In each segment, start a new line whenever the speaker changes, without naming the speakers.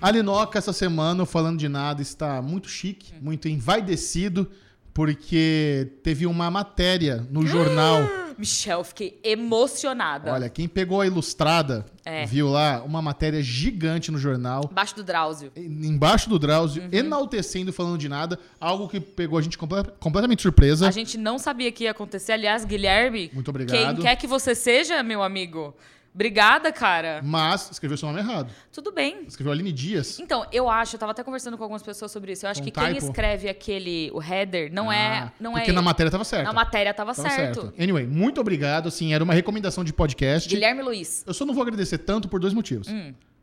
A Linoca, essa semana, o falando de nada, está muito chique, muito envaidecido, porque teve uma matéria
Ah!
no jornal.
Michel, fiquei emocionada.
Olha, quem pegou a ilustrada
É.
viu lá uma matéria gigante no jornal,
Embaixo do Drauzio.
embaixo do Drauzio,
Uhum.
enaltecendo o falando de nada, algo que pegou a gente comple- completamente surpresa.
A gente não sabia que ia acontecer. Aliás, Guilherme,
Muito
quem
obrigado.
quer que você seja, meu amigo? Obrigada, cara.
Mas escreveu seu nome errado.
Tudo bem.
Escreveu Aline Dias.
Então, eu acho, eu tava até conversando com algumas pessoas sobre isso. Eu acho
Com
que quem
typo?
escreve aquele, o header, não
Ah,
é. Não
porque
é
na
ele.
matéria tá- tava certo.
Na matéria tava, certo.
Anyway, muito obrigado. Assim, era uma recomendação de podcast.
Guilherme Luiz.
Eu só não vou agradecer tanto por dois motivos.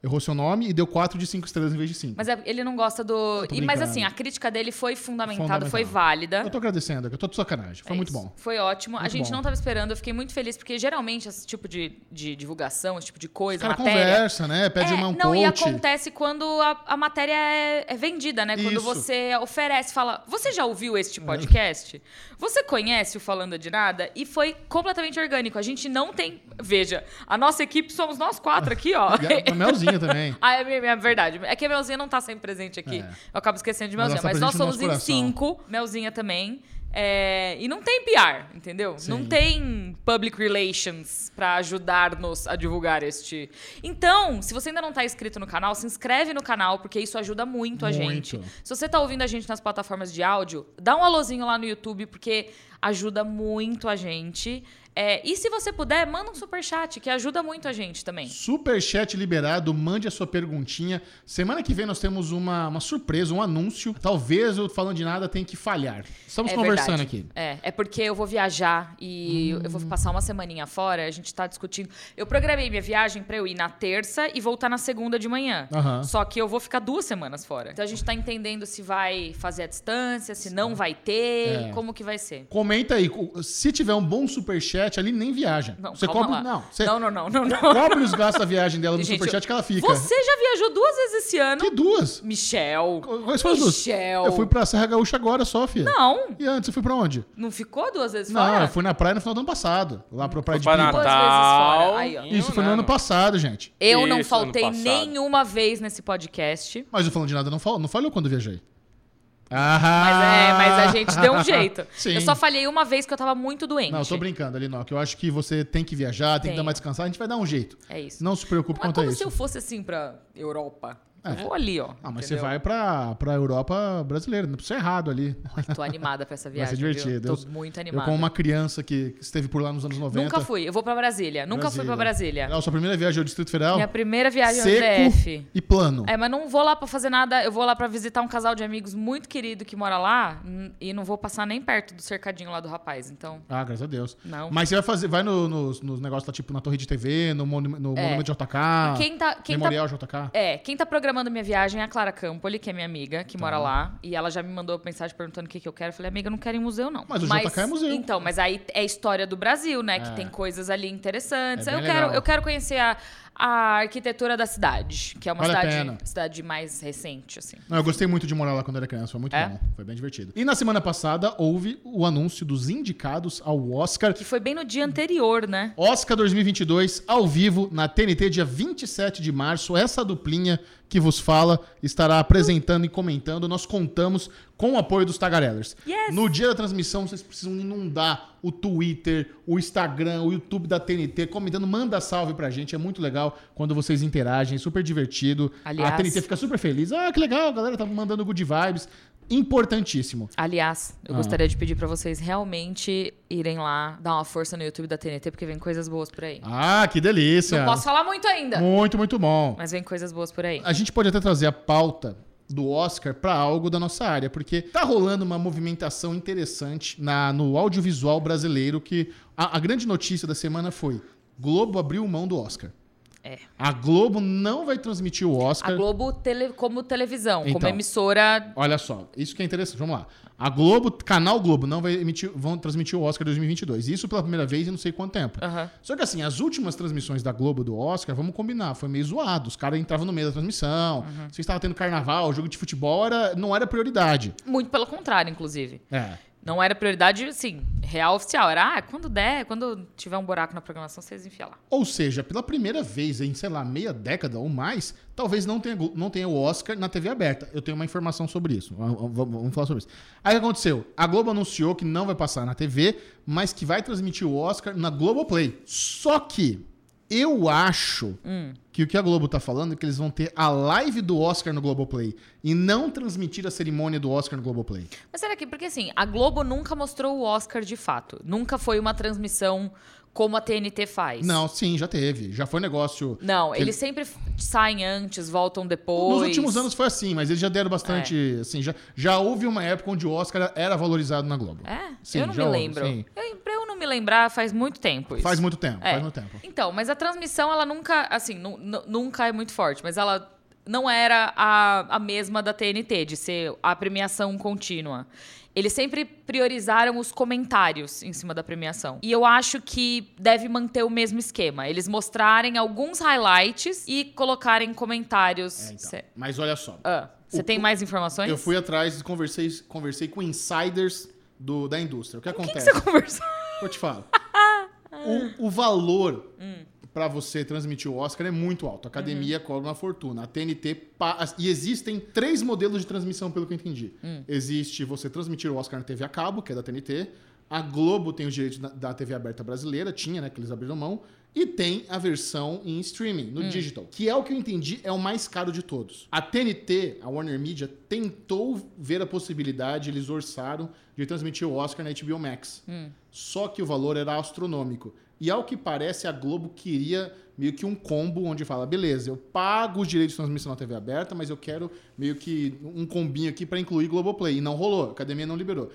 Errou seu nome e deu 4 de 5 estrelas em vez de 5.
Hum. Mas é- ele não gosta do.
tô
E, mas
brincando.
assim, a crítica dele foi fundamentada,
Fundamental.
foi válida.
Eu tô agradecendo, eu tô de sacanagem. Foi
É
muito
isso.
bom.
Foi ótimo. a
Muito
gente
bom.
não tava esperando, eu fiquei muito feliz, porque geralmente esse tipo de, de divulgação, esse tipo de
Os
coisa,
caras
matéria.
conversam, né? Pede
É,
uma um
não, e
coach.
acontece quando a, a matéria é, é vendida, né? Quando
Isso. É.
você oferece, fala, você já ouviu este podcast? Você conhece o Falando de Nada? E foi completamente orgânico. A gente não tem... Veja, a nossa equipe somos nós quatro aqui, ó.
E a Melzinha também.
Ah, é, minha- minha verdade. É que a Melzinha não tá sempre presente aqui.
É.
Eu acabo esquecendo de
Mas
Melzinha.
ela tá
Mas nós
presente no
somos em
nosso coração.
cinco, Melzinha também. É, e não tem PR, entendeu?
Sim.
Não tem public relations pra ajudar-nos a divulgar este. Então, se você ainda não tá inscrito no canal, se inscreve no canal, porque isso ajuda muito a
Muito.
gente. Se você tá ouvindo a gente nas plataformas de áudio, dá um alôzinho lá no YouTube, porque ajuda muito a gente. É, e se você puder, manda um superchat, que ajuda muito a gente também.
Superchat liberado, mande a sua perguntinha. Semana que vem nós temos uma, uma surpresa, um anúncio. Talvez o Falando de Nada tenha que falhar. Estamos
É
conversando
verdade.
aqui.
É, é porque eu vou viajar e eu vou passar uma semaninha fora, a gente tá discutindo. Eu programei minha viagem pra eu ir na terça e voltar na segunda de manhã.
Aham.
Só que eu vou ficar duas semanas fora. Então a gente tá entendendo se vai fazer a distância, se não vai ter,
É.
como que vai ser.
Comenta aí. co- Se tiver um bom superchat ali, nem viaja.
Não,
você
calma
cobre.
lá.
Não, você
não, não, não, não, não.
cobre os gastos da viagem dela no
Gente,
superchat que ela fica.
Você já viajou duas vezes esse ano?
Que duas?
Michel.
Quais foram as duas?
Michel.
Eu fui pra Serra Gaúcha agora só, filha.
É Não, é.
E antes, você foi pra onde?
não ficou duas vezes
Não,
fora?
eu fui na praia no final do ano passado. Lá pro Praia de
Pra
Pipa.
Duas vezes
Natal.
fora. Aí, ó.
Isso, foi no ano passado, gente.
Eu não
Isso, ano
faltei
passado.
nenhuma vez nesse podcast.
Mas o Falando de Nada não falou, não falhou quando eu viajei. Ah,
Mas é, mas a gente deu um jeito.
Sim.
Eu só falhei uma vez que eu tava muito doente.
Não, eu tô brincando, Alinoca. Eu acho que você tem que viajar, tem, que
Tem.
dar uma descansada. A gente vai dar um jeito.
É isso.
Não se preocupe
Não é
quanto a
como
isso.
se eu fosse assim pra Europa.
É.
Eu vou ali, ó.
Ah, mas você
entendeu?
vai pra, pra Europa brasileira, né? pro Cerrado ali.
Ai, tô animada pra essa
Vai
viagem.
ser divertido.
Viu?
Eu-
Tô muito
Eu,
animada.
como uma criança que esteve por lá nos anos 90.
Nunca fui. Eu vou pra Brasília. Nunca fui pra Brasília.
Não, sua primeira viagem ao Distrito Federal?
Minha primeira viagem ao
seco
DF.
e plano.
É, mas não vou lá pra fazer nada. Eu vou lá pra visitar um casal de amigos muito querido que mora lá n- e não vou passar nem perto do cercadinho lá do rapaz. Então,
Ah, graças a Deus.
não.
Mas você vai fazer, vai no- nos nos negócios lá, tipo, na torre de TV, no, monu no monumento JK.
E É. quem
ah,
tá- quem tá-
memorial JK.
É, quem tá programando minha viagem é a Clara Campoli, que é minha amiga,
Tá.
que mora lá. E ela já me mandou mensagem perguntando o que, que eu quero. Eu falei, amiga, eu não quero ir em museu, não.
Mas o JK é museu.
Então, mas aí é história do Brasil, né?
É.
Que tem coisas ali interessantes.
É
eu,
bem
quero,
legal.
eu quero conhecer a, a arquitetura da cidade, que é uma
Vale a pena.
cidade, cidade mais recente, assim.
Não, eu gostei muito de morar lá quando era criança, foi muito
É?
bom, foi bem divertido. E na semana passada houve o anúncio dos indicados ao Oscar.
Que foi bem no dia anterior, né?
Oscar 2022, ao vivo, na TNT, dia 27 de março. Essa duplinha que vos fala estará apresentando e comentando. Nós contamos com o apoio dos Tagarellers.
Yes!
No dia da transmissão, vocês precisam inundar o Twitter, o Instagram, o YouTube da TNT, comentando. Manda salve pra gente. É muito legal quando vocês interagem, super divertido.
Aliás-
A TNT fica super feliz. Ah, que legal, a galera tá mandando good vibes. Importantíssimo.
Aliás, eu
Ah.
gostaria de pedir pra vocês realmente irem lá dar uma força no YouTube da TNT, porque vem coisas boas por aí.
Ah, que delícia.
não posso falar muito ainda,
Muito, muito bom.
mas vem coisas boas por aí.
A gente pode até trazer a pauta do Oscar pra algo da nossa área, porque tá rolando uma movimentação interessante na, no audiovisual brasileiro que a, a grande notícia da semana foi Globo abriu mão do Oscar.
É.
A Globo não vai transmitir o Oscar.
A Globo tele- como televisão, como
Então.
emissora.
Olha só, isso que é interessante, vamos lá. A Globo, canal Globo, não vai emitir, vão transmitir o Oscar 2022. Isso pela primeira vez em não sei quanto tempo.
Aham.
Só que assim, as últimas transmissões da Globo do Oscar, vamos combinar, foi meio zoado. Os caras entravam no meio da transmissão. Se estava tendo carnaval, jogo de futebol, era, não era prioridade.
Muito pelo contrário, inclusive.
É.
Não era prioridade, assim, real oficial. Era, ah, quando der, quando tiver um buraco na programação, vocês enfiam lá.
Ou seja, pela primeira vez em, sei lá, meia década ou mais, talvez não tenha, não tenha o Oscar na TV aberta. Eu tenho uma informação sobre isso. V- v- Vamos falar sobre isso. Aí o que aconteceu? A Globo anunciou que não vai passar na TV, mas que vai transmitir o Oscar na Globoplay. Só que eu acho que o que a Globo tá falando é que eles vão ter a live do Oscar no Globoplay e não transmitir a cerimônia do Oscar no Globoplay.
Mas será que. Porque assim, a Globo nunca mostrou o Oscar de fato. Nunca foi uma transmissão como a TNT faz.
Não, sim, já teve. Já foi um negócio.
Não,
Ele-
eles sempre f- saem antes, voltam depois.
Nos últimos anos foi assim, mas eles já deram bastante. Assim, já, já houve uma época onde o Oscar era valorizado na Globo.
É?
Sim,
eu não
já
me
houve,
lembro.
sim.
Eu, pra eu não me lembrar, faz muito tempo isso.
Faz muito tempo,
É.
faz muito tempo.
Então, mas a transmissão, ela nunca, assim, nu- nu- nunca é muito forte, mas ela não era a, a mesma da TNT, de ser a premiação contínua. Eles sempre priorizaram os comentários em cima da premiação. E eu acho que deve manter o mesmo esquema. Eles mostrarem alguns highlights e colocarem comentários.
É, então.
Cê-
Mas olha só.
Ah, Você
O-
tem mais informações?
Eu fui atrás e conversei, conversei com insiders do, da indústria. O que
O que que
acontece?
você conversou?
Eu te falo. O, o valor pra você transmitir o Oscar é muito alto. A academia cobra uma fortuna. A TNT. pa- E existem três modelos de transmissão, pelo que eu entendi. Existe você transmitir o Oscar na TV a cabo, que é da TNT. A Globo tem os direitos da- da TV aberta brasileira, tinha, né? Que eles abriram mão. E tem a versão em streaming, no digital, que é o que eu entendi, é o mais caro de todos. A TNT, a Warner Media, tentou ver a possibilidade, eles orçaram, de transmitir o Oscar na HBO Max. Só que o valor era astronômico. E ao que parece, a Globo queria meio que um combo onde fala: beleza, eu pago os direitos de transmissão na TV aberta, mas eu quero meio que um combinho aqui para incluir Globoplay. E não rolou, a academia não liberou.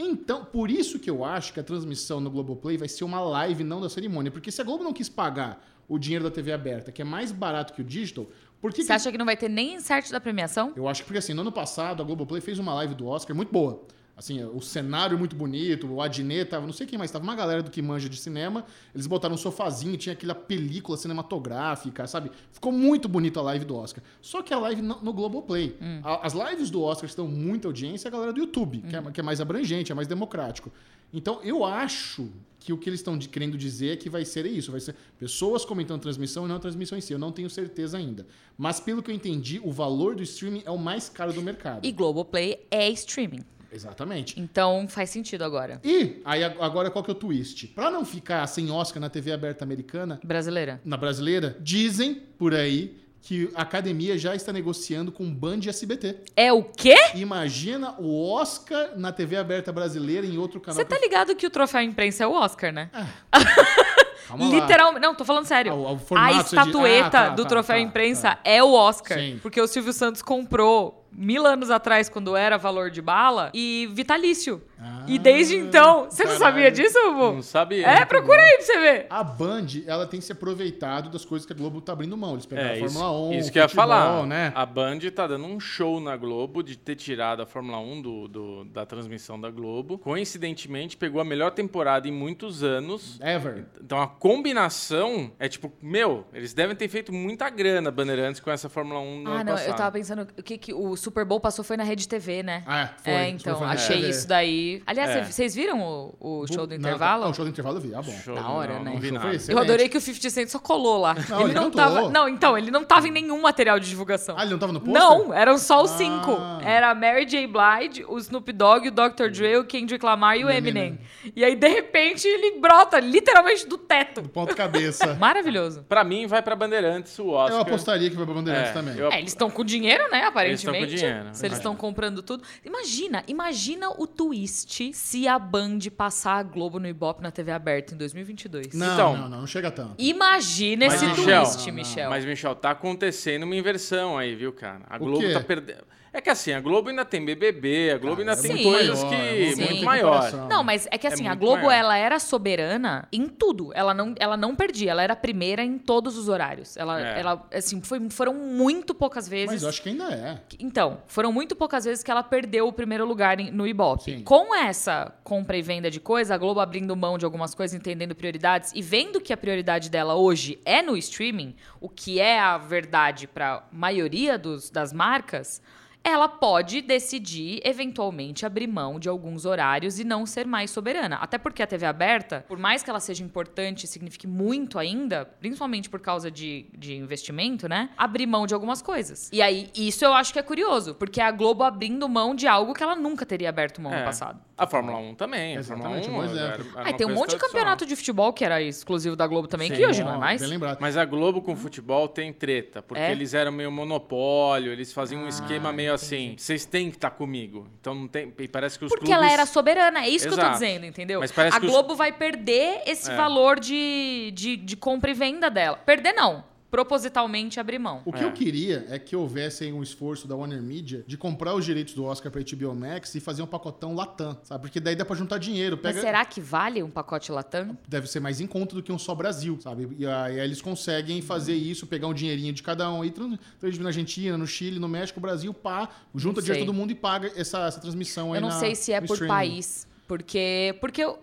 Então, por isso que eu acho que a transmissão no Globoplay vai ser uma live, não da cerimônia. Porque se a Globo não quis pagar o dinheiro da TV aberta, que é mais barato que o digital, por que,
Você
que
acha que não vai ter nem insert da premiação?
eu acho que porque assim, no ano passado a Globoplay fez uma live do Oscar muito boa. Assim, o cenário muito bonito, o Adnet tava, não sei quem mais, tava uma galera do que manja de cinema. Eles botaram um sofazinho, tinha aquela película cinematográfica, sabe? Ficou muito bonita a live do Oscar. Só que a live no, no Globoplay. A- as lives do Oscar que dão muita audiência é a galera do YouTube, que, é, que é mais abrangente, é mais democrático. Então, eu acho que o que eles estão de- querendo dizer é que vai ser isso, vai ser pessoas comentando transmissão e não a transmissão em si. Eu não tenho certeza ainda. Mas pelo que eu entendi, o valor do streaming é o mais caro do mercado.
E Globoplay é streaming.
Exatamente.
Então faz sentido agora.
E aí ag- agora qual que é o twist? Pra não ficar sem Oscar na TV aberta americana,
Brasileira.
na brasileira, dizem por aí que a academia já está negociando com um Band e SBT.
É o quê?
Imagina o Oscar na TV aberta brasileira em outro canal.
Você tá ligado que o troféu imprensa é o Oscar, né?
Calma Ah, lá.
Literalmente. Não, tô falando sério.
Ah, o- o
a
formato, você diz-
estatueta
Ah, tá,
do
tá,
troféu
tá,
imprensa
tá.
é o Oscar.
Sim.
Porque o Silvio Santos comprou mil anos atrás, quando era valor de bala, e vitalício.
Ah,
e desde então. Você não
caralho. Hum.
sabia disso, Bu?
Não sabia.
É, procura aí pra você ver.
A Band, ela tem se aproveitado das coisas que a Globo tá abrindo mão. Eles pegaram
É,
a Fórmula
isso,
1,
isso
o
que eu ia
futebol,
falar.
né?
A Band tá dando um show na Globo de ter tirado a Fórmula 1 do, do- da transmissão da Globo. Coincidentemente, pegou a melhor temporada em muitos anos.
Ever.
Então a combinação é tipo, meu, eles devem ter feito muita grana, Bandeirantes, com essa Fórmula 1 no
Ah,
ano
não,
passado.
eu tava pensando o que, que o Super Bowl passou foi na Rede TV, né?
Ah, é, foi.
é,
Foi
então,
na
achei
TV.
isso daí. Aliás,
É.
vocês viram o, o show do
Não,
intervalo?
Ah, o show do intervalo eu vi. Ah, bom.
Show,
Da hora,
não,
né?
Não vi
Foi
nada.
esse?
Eu
Excelente.
adorei que o 50 Cent só colou lá.
Não,
ele
ele
não
cantou.
tava. Não, então, ele não tava em nenhum material de divulgação.
Ah, ele não tava no pôster?
não, eram só os cinco.
Ah.
Era a Mary J. Blige, o Snoop Dogg, o Dr. Dre, o Kendrick Lamar e o Eminem. E aí, de repente, ele brota literalmente do teto.
Do ponto cabeça.
Maravilhoso.
Pra mim, vai pra Bandeirantes o Oscar.
eu apostaria que vai pra Bandeirantes
É,
também.
eu-
É, eles estão com dinheiro, né?
Eles
Aparentemente.
tão com dinheiro.
Se eles estão comprando tudo. Imagina, imagina o twist se a Band passar a Globo no Ibope na TV aberta em 2022.
Não,
Então-
não, não, não chega tanto.
Imagina
Mas,
esse
Michel,
twist,
não, não.
Michel.
Mas, Michel, tá acontecendo uma inversão aí, viu, cara? A
O
Globo
quê?
tá perdendo. É que assim, a Globo ainda tem BBB, a Globo
Cara,
ainda
é
tem
muito
coisas
maior, é
que.
muito-
muito
tem
maior.
comparação.
Não, mas é que assim, a
muito
Globo
maior.
ela era soberana em tudo. Ela não, ela não perdia, ela era a primeira em todos os horários. Ela,
É.
ela assim, foi, foram muito poucas vezes.
Mas eu acho que ainda é.
Então, foram muito poucas vezes que ela perdeu o primeiro lugar em- no Ibope.
Sim.
Com essa compra e venda de coisa, a Globo abrindo mão de algumas coisas, entendendo prioridades e vendo que a prioridade dela hoje é no streaming, o que é a verdade para a maioria dos- das marcas, ela pode decidir, eventualmente, abrir mão de alguns horários e não ser mais soberana. Até porque a TV aberta, por mais que ela seja importante e signifique muito ainda, principalmente por causa de, de investimento, né? Abrir mão de algumas coisas. E aí, isso eu acho que é curioso, porque é a Globo abrindo mão de algo que ela nunca teria aberto mão
É.
no passado.
A Fórmula 1 também. a Fórmula
Exatamente,
1
um bom exemplo.
era- era
Aí
uma
tem um
coisa
monte de
tradicional.
campeonato de futebol que era exclusivo da Globo também,
Sim.
que hoje não é
Ó,
mais.
Bem lembrado.
Mas a Globo com o futebol tem treta, porque
É? Ah,
eles eram meio monopólio, eles faziam um esquema meio assim,
entendi.
vocês têm que estar comigo. Então não tem, e parece que os
Porque
clubes
ela era soberana, é isso que eu tô
Exato.
dizendo, entendeu?
Mas parece
a
que os-
Globo vai perder esse
É.
valor de, de, de compra e venda dela. Perder não, propositalmente abrir mão.
O que
É.
eu queria é que houvesse aí um esforço da Warner Media de comprar os direitos do Oscar pra HBO Max e fazer um pacotão Latam, sabe? Porque daí dá pra juntar dinheiro.
Mas
Pega...
será que vale um pacote Latam?
Deve ser mais em conta do que um só Brasil, sabe? E aí eles conseguem fazer
Uhum.
isso, pegar um dinheirinho de cada um aí, trans- transmitir na Argentina, no Chile, no México, Brasil, pá, junta
Não
dinheiro
sei.
todo mundo e paga essa, essa transmissão aí
eu não
na-
sei se é
no
por
streaming.
país, porque porque eu-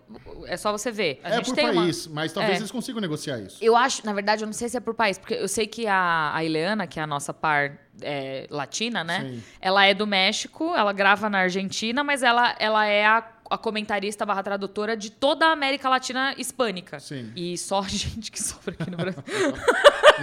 é só você ver. A
é
gente
por
tem uma-
país, mas talvez
É.
eles consigam negociar isso.
Eu acho, na verdade, eu não sei se é por país, porque eu sei que a, a Ileana, que é a nossa par é, latina, né?
Sim.
Ela é do México, ela grava na Argentina, mas ela, ela é a, a comentarista barra tradutora de toda a América Latina hispânica.
Sim.
E só a gente que sobra aqui no Brasil.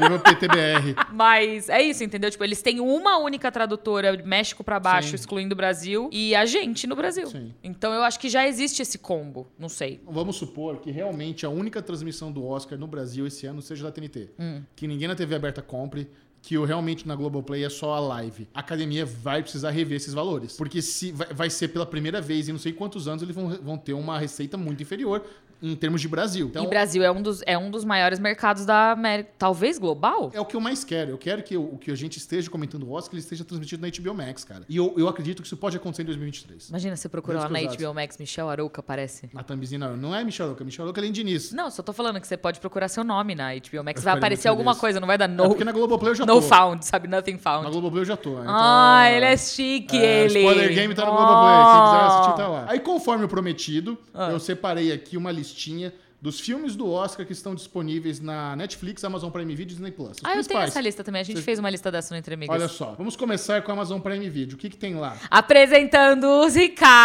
Nível PTBR.
Mas é isso, entendeu? Tipo, eles têm uma única tradutora, México pra baixo,
Sim.
excluindo o Brasil, e a gente no Brasil.
Sim.
Então eu acho que já existe esse combo, não sei.
Vamos supor que realmente a única transmissão do Oscar no Brasil esse ano seja da TNT.
Hum.
Que ninguém na TV aberta compre, que o realmente na Globoplay é só a live. A academia vai precisar rever esses valores. Porque se vai, vai ser pela primeira vez em não sei quantos anos eles vão, vão ter uma receita muito inferior em termos de Brasil. Então,
e Brasil é um, dos, é um dos maiores mercados da América, talvez global?
é o que eu mais quero. Eu quero que o o que a gente esteja comentando o Oscar ele esteja transmitido na HBO Max, cara. E eu, eu acredito que isso pode acontecer em 2023.
Imagina você procurar lá
Grandes
na
cruzados.
HBO Max, Michel Arouca aparece.
A thumbzinha não é Michel Luca. Michel Luca é Lindy Diniz.
Não, só tô falando que você pode procurar seu nome na HBO Max.
Eu
Vai
ficaria muito
aparecer alguma
feliz.
coisa, não vai dar
É
no,
porque na Globoplay eu já
no
tô.
found, sabe? Nothing
Na
found.
Globoplay eu já tô. então-
Ah, ele é chique,
É,
ele.
Spoiler Game tá no Globoplay. Quem quiser assistir, tá lá. Aí, conforme o prometido, eu separei aqui uma listinha dos filmes do Oscar que estão disponíveis na Netflix, Amazon Prime Video e Disney Plus. Os
Ah, eu tenho
principais.
essa lista também. A gente
Vocês-
fez uma lista dessa no Entre Amigos.
Olha só, vamos começar com a Amazon Prime Video. O que, que tem lá?
Apresentando os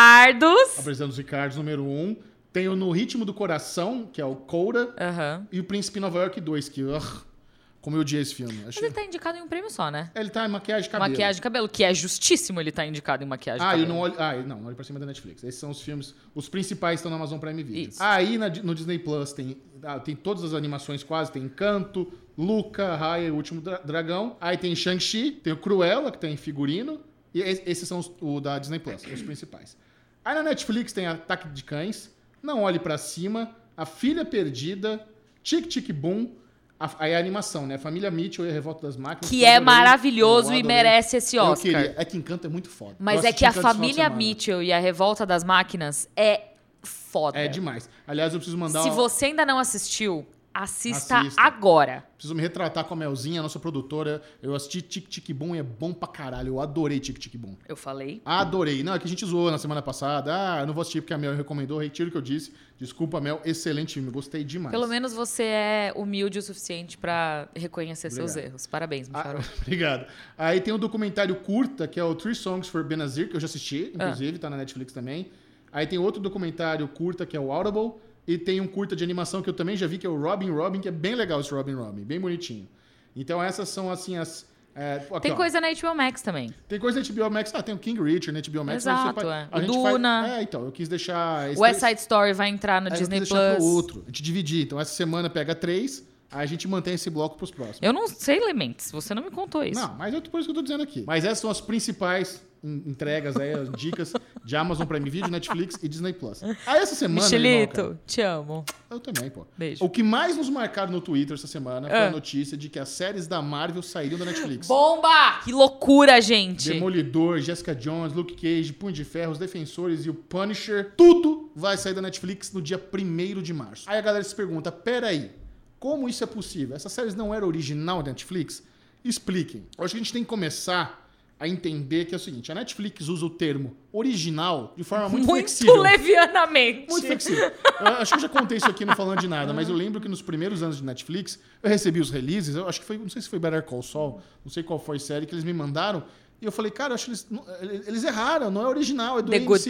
Ricardos.
Apresentando os Ricardos, número 1. Um. Tem o No Ritmo do Coração, que é o Coura.
Aham.
E o Príncipe em Nova York 2, que... ugh, como eu odiei esse filme.
Mas ele tá indicado em um prêmio só, né?
Ele tá em maquiagem e cabelo.
Maquiagem e cabelo, que é justíssimo ele tá indicado em maquiagem e
Ah, eu
cabelo.
não olho. Ah, não, não olho pra cima da Netflix. Esses são os filmes. Os principais estão na Amazon Prime Video.
Isso.
Aí na Di- no Disney Plus tem, ah, tem todas as animações quase, tem Encanto, Luca, Raya e o Último Dra- Dragão. Aí tem Shang-Chi, tem o Cruella, que tem figurino. E es- esses são os o da Disney Plus, os principais. Aí na Netflix tem Ataque de Cães, Não Olhe Pra Cima, A Filha Perdida, Tic Tic Boom. A- Aí a animação, né? Família Mitchell e a Revolta das Máquinas.
Que
eu
é
adorei.
maravilhoso
Eu
e
adorei.
merece esse
Eu
Oscar.
queria. É que Encanto é muito foda. Eu
Mas é
assisti
que a
Encanto esse final de
família
semana.
Mitchell e a Revolta das Máquinas é foda.
É demais. Aliás, eu preciso mandar. um-
Se
uma-
você ainda não assistiu, assista,
Assista.
agora.
Preciso me retratar com a Melzinha, a nossa produtora. Eu assisti Tic Tic Boom e é bom pra caralho. Eu adorei Tic Tic Boom.
Eu falei.
Adorei. Não, é que a gente zoou na semana passada. Ah, eu não vou assistir porque a Mel recomendou. Retiro o que eu disse. Desculpa, Mel. Excelente filme. Gostei demais.
Pelo menos você é humilde o suficiente pra reconhecer seus
Obrigado.
erros. Parabéns, meu
Ah,
farol.
obrigado. Aí tem o documentário curta, que é o Three Songs for Benazir, que eu já assisti,
Ah.
inclusive, tá na Netflix também. Aí tem outro documentário curta, que é o Audible. E tem um curta de animação que eu também já vi, que é o Robin Robin, que é bem legal esse Robin Robin, bem bonitinho. Então essas são, assim, as... é, aqui,
Tem
ó.
coisa na HBO Max também.
Tem coisa na HBO Max. Ah, tem o King Richard na HBO Max. mas
Exato,
você
é.
a
O
gente
Duna.
Faz... É, então, eu quis deixar... esse-
West Side Story vai entrar no
Aí eu
Disney
quis
Plus.
deixar pro outro. A gente dividir. Então essa semana pega três, aí a gente mantém esse bloco pros próximos.
Eu não sei elementos, você não me contou isso.
Não, mas é por isso que eu tô dizendo aqui. Mas essas são as principais en- entregas aí, as dicas de Amazon Prime Video, Netflix e Disney Plus. Aí essa semana, meu irmão,
Michelito,
cara,
te amo.
eu também, pô.
Beijo.
O que mais nos marcaram no Twitter essa semana foi
Ah.
a notícia de que as séries da Marvel saíram da Netflix.
Bomba! Que loucura, gente.
Demolidor, Jessica Jones, Luke Cage, Punho de Ferro, Os Defensores e o Punisher. Tudo vai sair da Netflix no dia 1 de março. Aí a galera se pergunta, peraí, como isso é possível? Essas séries não eram original da Netflix? Expliquem. Eu acho que a gente tem que começar a entender que é o seguinte, a Netflix usa o termo original de forma muito, flexível.
levianamente.
Muito flexível. Eu acho que eu já contei isso aqui não falando de nada, mas eu lembro que nos primeiros anos de Netflix, eu recebi os releases, eu acho que foi, não sei se foi Better Call Saul, não sei qual foi a série que eles me mandaram, E eu falei, cara, eu acho que eles, não- eles erraram, não é original, é do
The Good
NBC.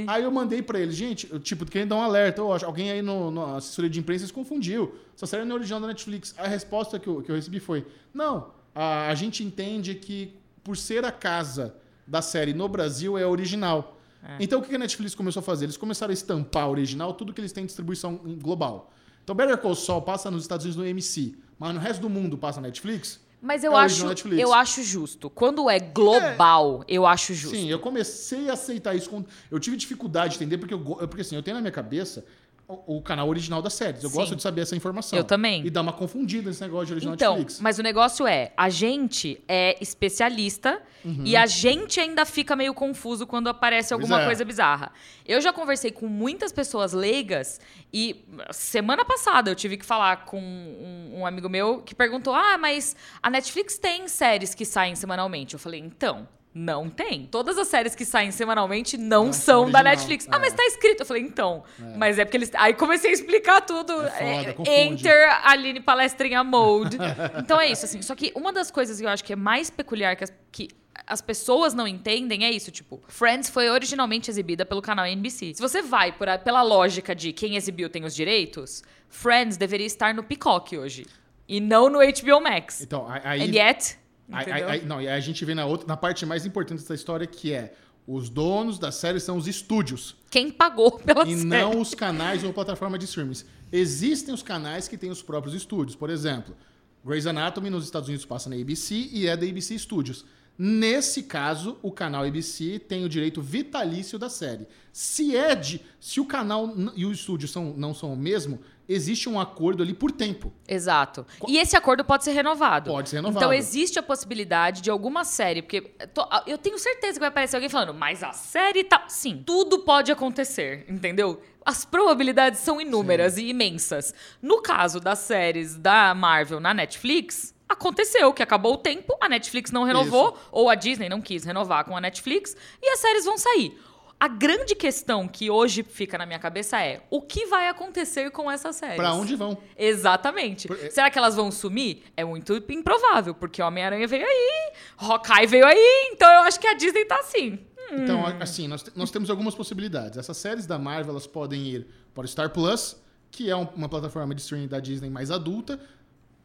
Place.
Aí eu mandei pra eles, gente, eu, tipo, querendo dar um alerta. Ô, acho- alguém aí no, no assessoria de imprensa se confundiu. Essa série não é original da Netflix. A resposta que eu, que eu recebi foi: não, a, a gente entende que por ser a casa da série no Brasil é original. Então o que que a Netflix começou a fazer? Eles começaram a estampar original tudo que eles têm em distribuição em- global. Então Better Call Saul passa nos Estados Unidos no MC, mas no resto do mundo passa na Netflix?
Mas
É
eu
o
acho,
original Netflix.
eu acho justo. Quando é global, eu acho justo.
Sim, eu comecei a aceitar isso. quando- Eu tive dificuldade de entender, porque, eu, go- porque assim, eu tenho na minha cabeça o, o canal original das séries. Eu
Sim.
gosto de saber essa informação.
Eu também.
E dá uma confundida nesse negócio de original
Então,
Netflix.
mas o negócio é, a gente é especialista e a gente ainda fica meio confuso quando aparece
Uhum. Pois
alguma
é.
coisa bizarra. Eu já conversei com muitas pessoas leigas e ah, semana passada eu tive que falar com um, um amigo meu que perguntou: "Ah, mas a Netflix tem séries que saem semanalmente?" Eu falei: "Então, não tem. Todas as séries que saem semanalmente não,
Não são
são da
original.
Netflix. Ah,
É.
mas tá escrito. Eu falei, então. Mas é porque eles. Aí comecei a explicar tudo.
É foda,
É,
confunde.
enter Aline Palestrinha Mode. Então é isso, assim. Só que uma das coisas que eu acho que é mais peculiar que as, que as pessoas não entendem é isso, tipo, Friends foi originalmente exibida pelo canal NBC. Se você vai por a- pela lógica de quem exibiu tem os direitos, Friends deveria estar no Peacock hoje. E não no HBO Max.
Então, a- aí,
And yet.
aí-
é, entendeu?
aí- não, e aí a gente vem na outra, na parte mais importante dessa história, que é os donos das séries são os estúdios
Quem pagou pela
e
série?
não os canais ou plataforma de streams. Existem os canais que têm os próprios estúdios. Por exemplo, Grey's Anatomy nos Estados Unidos passa na ABC e é da ABC Studios. Nesse caso, o canal ABC tem o direito vitalício da série. Se é de, se o canal n- e o estúdio são, não são o mesmo, existe um acordo ali por tempo.
Exato. E esse acordo pode ser renovado.
Pode ser renovado.
Então existe a possibilidade de alguma série, porque to- eu tenho certeza que vai aparecer alguém falando, mas a série tá. Sim, tudo pode acontecer, entendeu? As probabilidades são inúmeras e imensas. No caso das séries da Marvel na Netflix, aconteceu que acabou o tempo, a Netflix não renovou, ou a Disney não quis renovar com a Netflix, e as séries vão sair. A grande questão que hoje fica na minha cabeça é o que vai acontecer com essas séries?
Pra onde vão?
Exatamente.
Por- é-
Será que elas vão sumir? É muito improvável, porque Homem-Aranha veio aí, Hawkeye veio aí, então eu acho que a Disney tá assim.
Então, a- assim, nós, te- nós temos algumas possibilidades. Essas séries da Marvel elas podem ir para o Star Plus, que é um- uma plataforma de streaming da Disney mais adulta,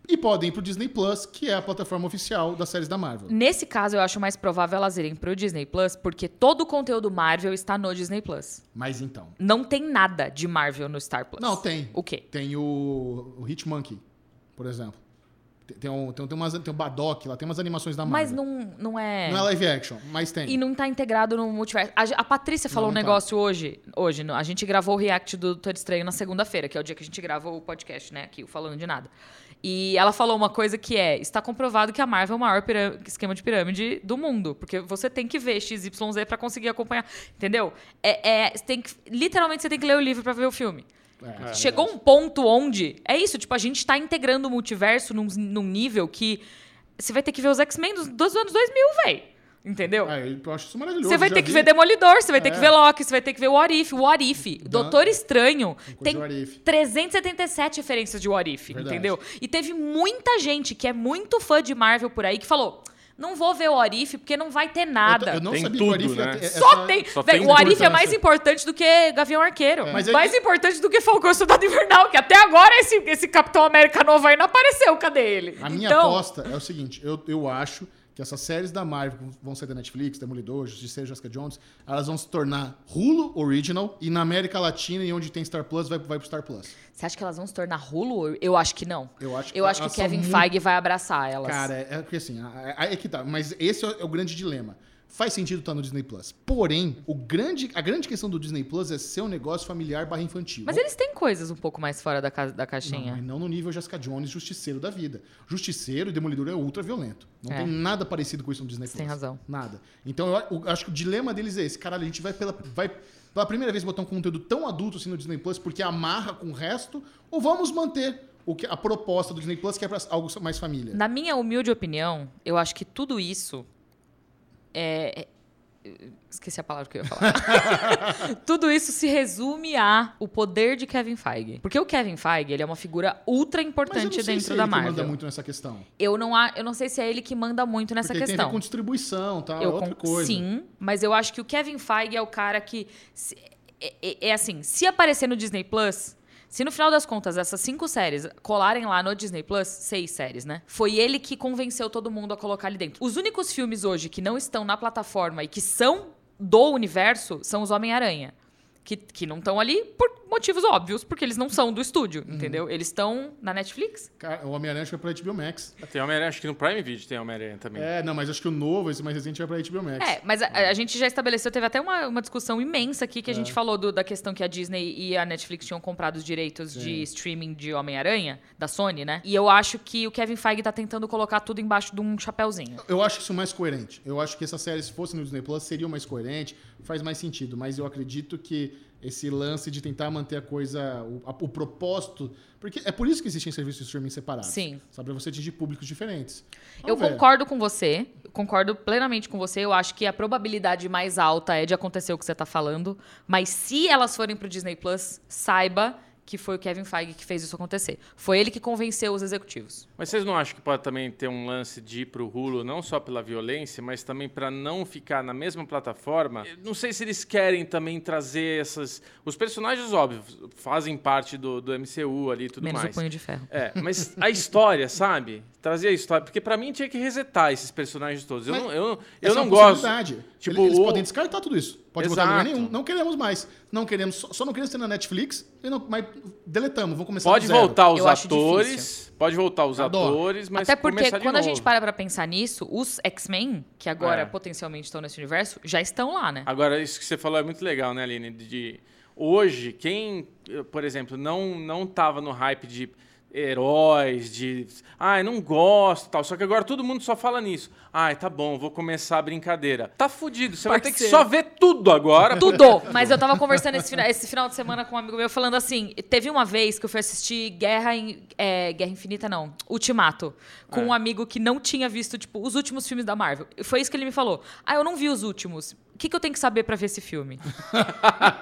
e podem ir para o Disney Plus, que é a plataforma oficial das séries da Marvel.
Nesse caso, eu acho mais provável elas irem pro Disney Plus, porque todo o conteúdo Marvel está no Disney Plus.
Mas então.
Não tem nada de Marvel no Star Plus.
Não, tem.
O quê?
Tem o, o Hitmonkey, por exemplo. Tem, tem, um- tem, tem, umas, tem o Badok lá, tem umas animações da
Mas
Marvel.
não, não é.
Não é live action, mas tem.
E não tá integrado no multiverso. A, a Patrícia falou
não
um
tá.
negócio hoje. Hoje, no- a gente gravou o react do Doutor Estranho na segunda-feira, que é o dia que a gente grava o podcast, né? Aqui, o Falando de Nada. E ela falou uma coisa que é: está comprovado que a Marvel é o maior piram- esquema de pirâmide do mundo. Porque você tem que ver XYZ pra conseguir acompanhar. Entendeu? É, é, você tem que- literalmente você tem que ler o livro pra ver o filme.
É,
Chegou um ponto onde. É isso, tipo, a gente tá integrando o multiverso num, num nível que. Você vai ter que ver os X-Men dos, dos anos 2000, velho. Entendeu?
é, eu acho isso maravilhoso.
Você vai
já
ter que
vi.
ver Demolidor, você vai ter
É.
que ver Loki, você vai ter que ver o Orif. O Orif, Doutor Estranho,
coisa
tem
do Um What If.
377 referências de Orif,
Verdade.
entendeu? E teve muita gente que é muito fã de Marvel por aí que falou: não vou ver o Orif porque não vai ter
Eu,
nada.
eu não
Tem
sabia
tudo,
que o Arif
né?
ia ter essa-
Só tem.
só
Véi,
tem
o Arif é
importância.
mais importante do que Gavião Arqueiro.
Mas é
mais
que-
importante do que Falcão Soldado Invernal, que até agora esse, esse Capitão América novo aí não apareceu. Cadê ele? Então,
A minha aposta é o seguinte: eu, eu acho que essas séries da Marvel que vão ser da Netflix, Demolidor, Justiceira, Jessica Jones, elas vão se tornar Hulu Original e na América Latina e onde tem Star Plus, vai, vai pro Star Plus.
Você acha que elas vão se tornar rulo? Eu acho que não.
Eu acho que
Eu acho que o
elas são
Kevin
muito-
Feige vai abraçar elas.
Cara, é, é porque assim, a- a- é, que tá. Mas esse é o, é o grande dilema. Faz sentido estar no Disney Plus. Porém, o grande, a grande questão do Disney Plus é ser um negócio familiar barra infantil.
Mas eles têm coisas um pouco mais fora da, casa, da caixinha.
Não, mas não no nível Jessica Jones, Justiceiro da vida. Justiceiro e Demolidor é ultra violento. Não
É.
tem nada parecido com isso no Disney
Você
Plus.
tem razão.
Nada. Então eu, a- eu acho que o dilema deles é esse. Caralho, a gente vai pela, vai pela primeira vez botar um conteúdo tão adulto assim no Disney Plus porque amarra com o resto? Ou vamos manter o que, a proposta do Disney Plus que é pra algo mais família?
Na minha humilde opinião, eu acho que tudo isso é- Esqueci a palavra que eu ia falar. Tudo isso se resume a o poder de Kevin Feige. Porque o Kevin Feige, ele é uma figura
Mas
ultra
eu não
importante
sei
dentro
se é ele
da
que
Marvel.
manda muito nessa questão.
Eu, não a- eu não sei se é ele que manda muito nessa
porque tem a ver
questão.
com distribuição, tá?
Eu
outra
con-
coisa.
Sim, mas eu acho que o Kevin Feige é o cara que. se- é, é- é assim, se aparecer no Disney Plus. Se no final das contas essas cinco séries colarem lá no Disney Plus, seis séries, né? Foi ele que convenceu todo mundo a colocar ali dentro. Os únicos filmes hoje que não estão na plataforma e que são do universo são os Homem-Aranha. Que, que não estão ali por motivos óbvios, porque eles não são do estúdio,
Uhum.
entendeu? Eles estão na Netflix.
Cara, o Homem-Aranha acho que vai pra HBO Max.
Tem Homem-Aranha, acho que no Prime Video tem Homem-Aranha também.
É, não, mas acho que o novo, esse mais recente, vai pra HBO Max.
É, mas a, a gente já estabeleceu, teve até uma, uma discussão imensa aqui que a gente falou do- da questão que a Disney e a Netflix tinham comprado os direitos de streaming de Homem-Aranha, da Sony, né? E eu acho que o Kevin Feige tá tentando colocar tudo embaixo de um chapéuzinho.
Eu acho isso mais coerente. Eu acho que essa série, se fosse no Disney Plus, seria mais coerente, faz mais sentido. Mas eu acredito que esse lance de tentar manter a coisa, o, a- o propósito. Porque é por isso que existem serviços de streaming separados.
Sim.
Só pra você atingir públicos diferentes.
eu
Ah, Vamos ver.
concordo com você, eu concordo plenamente com você. Eu acho que a probabilidade mais alta é de acontecer o que você tá falando. Mas se elas forem pro Disney Plus, saiba que foi o Kevin Feige que fez isso acontecer. Foi ele que convenceu os executivos.
Mas vocês não acham que pode também ter um lance de ir pro Hulu não só pela violência, mas também pra não ficar na mesma plataforma? Eu Não sei se eles querem também trazer essas. Os personagens, óbvio, fazem parte do, do MCU ali e tudo
menos
mais.
o punho de ferro.
É, mas a história, sabe? Trazer a história. Porque pra mim tinha que resetar esses personagens todos. Eu
Mas
não, eu, não- eu
Essa é
não
uma
gosto.
possibilidade.
Tipo,
eles
o-
podem descartar tudo isso. Pode botar em lugar
Exato.
nenhum. Não queremos mais. Não queremos, só, só não queremos ter na Netflix, e não- mas deletamos, vamos começar
Pode
do zero.
voltar os
Eu acho
atores.
difícil.
Pode voltar os
Adoro.
atores, mas
Até porque
começar de
quando a
novo.
gente para pra pensar nisso, os X-Men, que agora
É.
potencialmente estão nesse universo, já estão lá, né?
Agora, isso que você falou é muito legal, né, Aline? De, de- hoje, quem, eh, por exemplo, não, não tava no hype de heróis, de. Ai, não gosto e tal. Só que agora todo mundo só fala nisso. Ai, tá bom, vou começar a brincadeira. Tá fudido, você vai ter que
Parceiro.
só ver tudo agora.
Tudo! Mas eu tava conversando esse final, esse final de semana com um amigo meu falando assim: teve uma vez que eu fui assistir Guerra em- é, Guerra Infinita, não, Ultimato, com
É.
um amigo que não tinha visto, tipo, os últimos filmes da Marvel. E Foi isso que ele me falou. Ah, eu não vi os últimos. O que, que eu tenho que saber pra ver esse filme?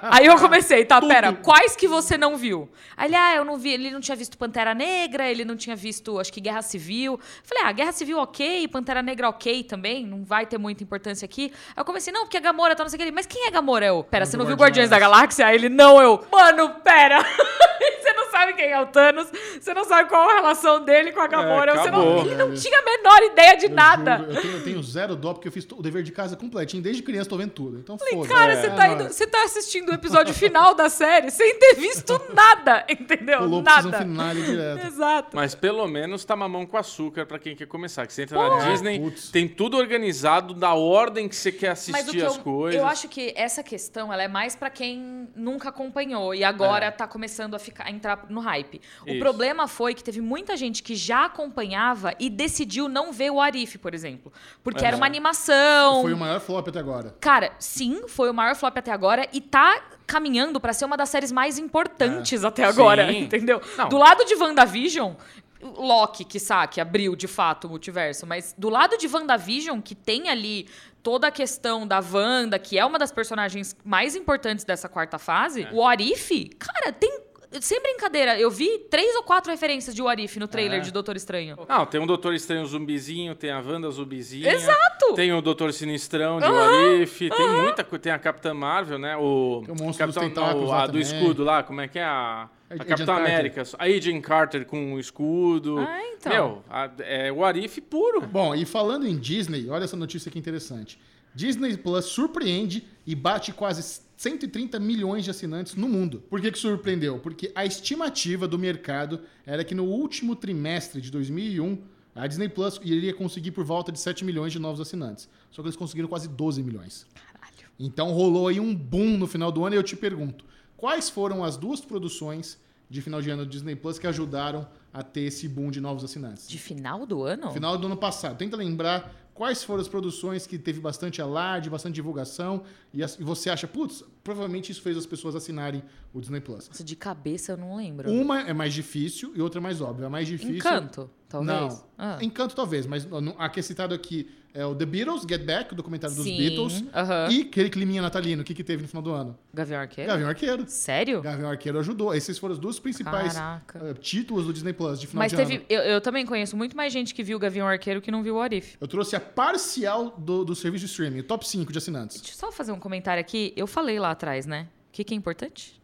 Aí eu comecei, tá, pera, quais que você não viu? Aí ele, ah, eu não vi, ele não tinha visto Pantera Negra, ele não tinha visto, acho que Guerra Civil. Falei, ah, Guerra Civil ok, Pantera Negra ok também, não vai ter muita importância aqui. Aí eu comecei, não, porque a Gamora tá, não sei o que. Ele, Mas quem é Gamora? Eu, pera, você não viu Guardiões da Galáxia? Aí ele, não, eu, mano, pera. Você não sabe quem é o Thanos, você não sabe qual a relação dele com a Gamora. você não-
acabou,
ele não tinha a menor ideia de
Eu
nada.
juro, eu, tenho, eu tenho zero dó, porque eu fiz to- o dever de casa completinho. Desde criança tô vendo tudo. Então
Falei,
foda-se.
cara, você
É,
tá,
não,
indo- você tá assistindo o episódio final da série sem ter visto nada, entendeu?
Pulou pro season
nada.
finale direto.
Exato.
Mas pelo menos tá mamão com açúcar pra quem quer começar. Que você entra na Disney,
Putz.
tem tudo organizado da ordem que você quer
Mas o que
assistir
eu,
as coisas.
eu acho que essa questão ela é mais pra quem nunca acompanhou e agora tá começando a ficar a entrar no hype. O
É. Isso.
problema foi que teve muita gente que já acompanhava e decidiu não ver o Arif, por exemplo, porque
É
era uma animação.
Foi o maior flop até agora.
Cara, sim, foi o maior flop até agora e tá caminhando pra ser uma das séries mais importantes até agora,
É. Sim.
entendeu?
Não.
Do lado de WandaVision, Loki, que saque, abriu de fato o multiverso, mas do lado de WandaVision, que tem ali toda a questão da Wanda, que é uma das personagens mais importantes dessa quarta fase,
É.
o Arif, cara, tem. Sem brincadeira, eu vi três ou quatro referências de Arif no trailer
É.
de Doutor Estranho.
Não, tem um Doutor Estranho Zumbizinho, tem a Wanda Zumbizinha.
Exato!
Tem o Doutor Sinistrão de Warif, tem muita coisa. Tem a Capitã Marvel, né? O,
Tem o Monstro
Capitão,
dos Tentáculos
não,
lá
a do
também.
escudo lá, como é que é? A, a
Agent
Capitã
Carter.
América. A Agent Carter com o escudo.
Ah, então.
Meu, a- é o Arif puro.
Bom, e falando em Disney, olha essa notícia que interessante. Disney Plus surpreende e bate quase 130 milhões de assinantes no mundo. Por que, que surpreendeu? Porque a estimativa do mercado era que no último trimestre de 2001, a Disney Plus iria conseguir por volta de 7 milhões de novos assinantes. Só que eles conseguiram quase 12 milhões.
Caralho.
Então rolou aí um boom no final do ano e eu te pergunto, quais foram as duas produções de final de ano do Disney Plus que ajudaram a ter esse boom de novos assinantes?
De final do ano?
Final do ano passado. Tenta lembrar quais foram as produções que teve bastante alarde, bastante divulgação, e, as- e você acha, putz, provavelmente isso fez as pessoas assinarem o Disney Plus.
Nossa, de cabeça eu não lembro.
Uma é mais difícil e outra é mais óbvia. A mais difícil.
Encanto, talvez.
Não.
Ah.
Encanto, talvez, mas não- a que é citado aqui é o The Beatles, Get Back, o documentário dos
Sim,
Beatles.
aham.
E aquele climinha natalino, o que, que teve no final do ano?
Gavião Arqueiro?
Gavião Arqueiro.
Sério?
Gavião Arqueiro ajudou. Esses foram os dois principais
Caraca.
eh, títulos do Disney Plus de final
Mas
de
teve.
ano.
Eu, eu também conheço muito mais gente que viu Gavião Arqueiro que não viu o Arif.
Eu trouxe a parcial do, do serviço de streaming, o top 5 de assinantes.
Deixa eu só fazer um comentário aqui. Eu falei lá atrás, né? O que, que é importante?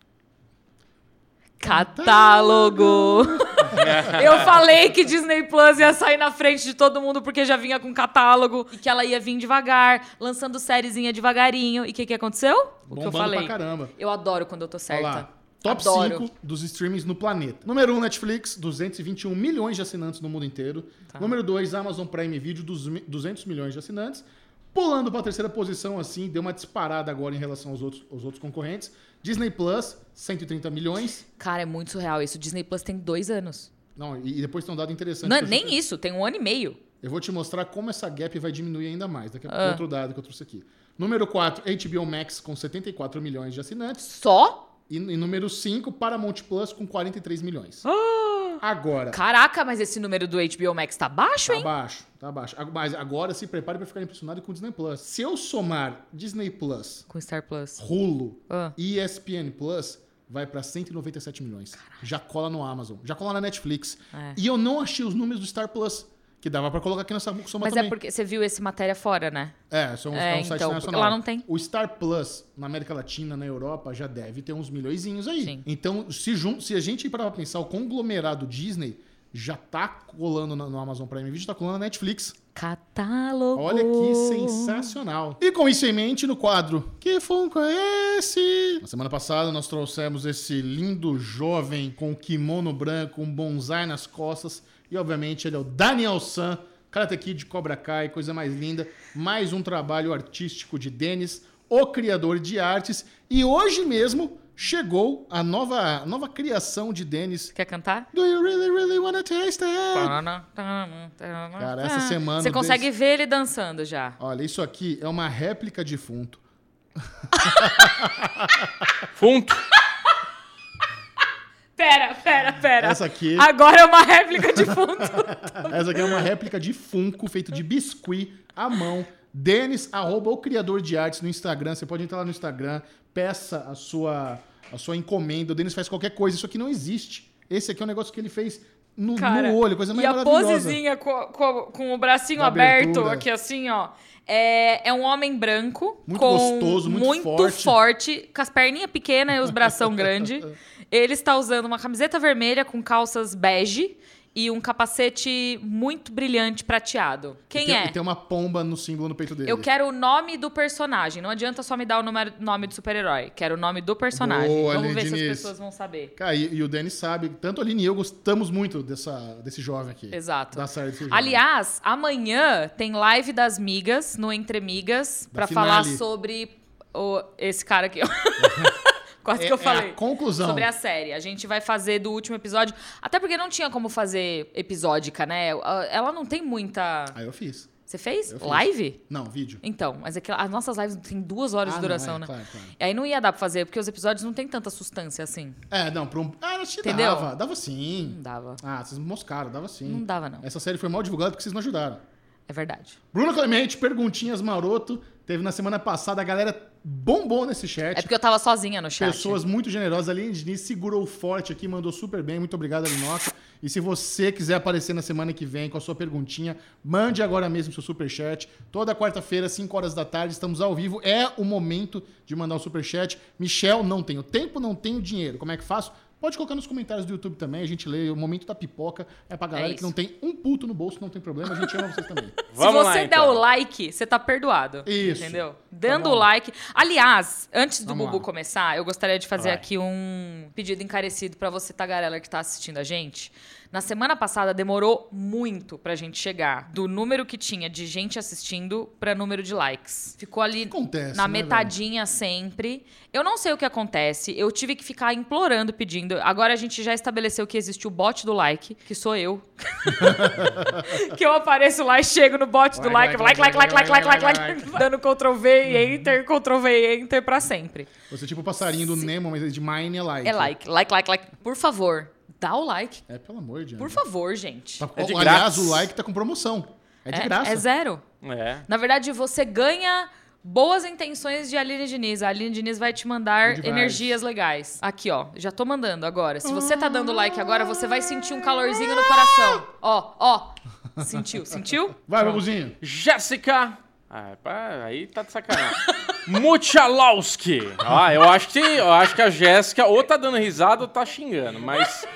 Catálogo! eu falei que Disney Plus ia sair na frente de todo mundo porque já vinha com catálogo e que ela ia vir devagar, lançando sériezinha devagarinho. E o que, que aconteceu? O que eu
Bombando
falei.
pra caramba.
Eu adoro quando eu tô certa.
Olha lá. Top
adoro.
5 dos streamings no planeta. Número 1, um, Netflix, 221 milhões de assinantes no mundo inteiro.
Tá.
Número 2, Amazon Prime Video, dos- 200 milhões de assinantes. Pulando para a terceira posição, assim, deu uma disparada agora em relação aos outros, aos outros concorrentes. Disney Plus, 130 milhões.
Cara, é muito surreal isso. Disney Plus tem dois anos.
Não, e e depois tem um dado interessante.
Não é
que eu-
nem isso, Ah. tem um ano e meio.
Eu vou te mostrar como essa gap vai diminuir ainda mais. Daqui a pouco, outro dado que eu trouxe aqui. Número 4, HBO Max, com 74 milhões de assinantes.
Só?
E, e número 5, Paramount Plus, com 43 milhões. Agora,
Caraca, mas esse número do HBO Max tá baixo,
Tá
hein?
baixo, tá baixo. Ag- Mas agora se prepare pra ficar impressionado com o Disney Plus. Se eu somar Disney Plus,
Com Star Plus.
Hulu
Ah.
e ESPN Plus, vai pra 197 milhões. Já cola no Amazon, já cola na Netflix.
É.
E eu não achei os números do Star Plus, que dava pra colocar aqui nessa soma
Mas
também.
é porque você viu esse matéria fora, né?
É, só um,
É,
é um site
então,
nacional.
lá não tem.
O Star Plus, na América Latina, na Europa, já deve ter uns milhõezinhos aí.
Sim.
Então, se, jun... se a gente parar pra pensar, o conglomerado Disney já tá colando na- no Amazon Prime Video, tá colando na Netflix.
Catálogo.
Olha que
Uhum.
sensacional. E com isso em mente, no quadro Que Funko é esse? Na semana passada, nós trouxemos esse lindo jovem com um kimono branco, um bonsai nas costas. E, obviamente, ele é o Daniel San, Karate Kid de Cobra Kai, coisa mais linda. Mais um trabalho artístico de Denis, o criador de artes. E hoje mesmo chegou a nova, a nova criação de Denis.
Quer cantar?
Do you really, really wanna taste
Tá.
it?
Cara,
essa semana
Ah. Você
o
consegue ver ele dançando já.
Olha, isso aqui é uma réplica de defunto.
Funto.
Pera, pera, pera.
Essa aqui-
Agora é uma réplica de fundo.
Essa aqui é uma réplica de Funko, feito de biscuit à mão. Denis, arroba o criador de artes no Instagram. Você pode entrar lá no Instagram, peça a sua, a sua encomenda. O Denis faz qualquer coisa. Isso aqui não existe. Esse aqui é um negócio que ele fez no,
Cara,
no olho, coisa mais
e a
maravilhosa.
posezinha co- co- com, o bracinho
Da
aberto
abertura.
aqui assim, ó. É, é um homem branco.
Muito
com-
gostoso, muito forte.
forte, com as perninhas pequenas e os bração grande. Ele está usando uma camiseta vermelha com calças bege e um capacete muito brilhante prateado. Quem
e tem,
é?
E tem uma pomba no símbolo no peito dele.
Eu quero o nome do personagem. Não adianta só me dar o número- nome do super-herói. Quero o nome do personagem.
Boa,
Vamos ver
Aline
se as
Diniz.
pessoas vão saber.
Cara, e, e o Denis sabe, tanto a Aline e eu gostamos muito dessa, desse jovem aqui.
Exato.
Da série desse jovem.
Aliás, amanhã tem live das migas no Entre Migas
Da
pra falar
finale.
sobre o- esse cara aqui. Quase
É-
que eu
é a
falei.
conclusão.
Sobre a série. A gente vai fazer do último episódio. Até porque não tinha como fazer episódica, né? Ah, Ela não tem muita.
Aí Ah, eu fiz.
Você fez?
Eu fiz.
Live?
Não, vídeo.
Então, mas é que as nossas lives têm duas horas
Ah,
de
não,
duração,
é,
né?
claro, claro.
E aí não ia dar pra fazer, porque os episódios não tem tanta sustância assim.
É, não, pra um... Ah, acho que
Entendeu?
dava. Dava sim.
Não dava.
Ah, vocês moscaram, dava sim. É-
Não dava, não.
Essa série foi mal divulgada porque vocês não ajudaram.
É verdade.
Bruno Clemente, perguntinhas maroto. Teve na semana passada, a galera bombou nesse chat.
É porque eu tava sozinha no chat.
tipo Pessoas muito generosas. A Aline Diniz segurou forte aqui, mandou super bem. Muito obrigado, Alinoca. E se você quiser aparecer na semana que vem com a sua perguntinha, mande agora mesmo seu superchat. Toda quarta-feira, 5 horas da tarde, estamos ao vivo. É o momento de mandar o superchat. Michel, não tenho tempo, não tenho dinheiro. Como é que faço? Pode colocar nos comentários do YouTube também, a gente lê. O momento da pipoca é pra galera que
isso.
não tem um puto no bolso, não tem problema, a gente ama vocês também.
Vamos
Se você
lá,
der
então.
o like, você tá perdoado.
Isso.
Entendeu? Dando
bom.
o like. Aliás, antes do
Vamos
Bubu
lá.
começar, eu gostaria de fazer
Vai.
aqui um pedido encarecido pra você, tagarela, que tá assistindo a gente. Na semana passada demorou muito pra gente chegar do número que tinha de gente assistindo pra número de likes. Ficou ali
Acontece,
na
né,
metadinha sempre. Eu não sei o que acontece. Eu tive que ficar implorando, pedindo. Agora a gente já estabeleceu que existe o bot do like, que sou eu. que eu apareço lá e chego no bot do like,
Like,
like, like, like, like, like, like, like,
like.
dando Ctrl V e Enter, Ctrl V e Enter pra sempre.
Você é tipo o passarinho do Nemo, mas de Mine é like.
É like, like, like, like. Por favor, dá o like.
É, pelo amor de
Por
Deus.
favor, gente.
Tá-
É de
Aliás,
grátis.
o like tá com promoção. É de
É-
graça.
É zero.
É.
Na verdade, você ganha boas intenções de Aline Diniz. A Aline Diniz vai te mandar
Good vibes.
energias legais. Aqui, ó. Já tô mandando agora. Se você tá dando like agora, você vai sentir um calorzinho no coração. Ó, ó. Sentiu, sentiu?
Vai, babuzinho.
Jéssica. Ah, pá, aí tá de sacanagem. Muchalowski. Ah, eu acho que eu acho que a Jéssica ou tá dando risada ou tá xingando, mas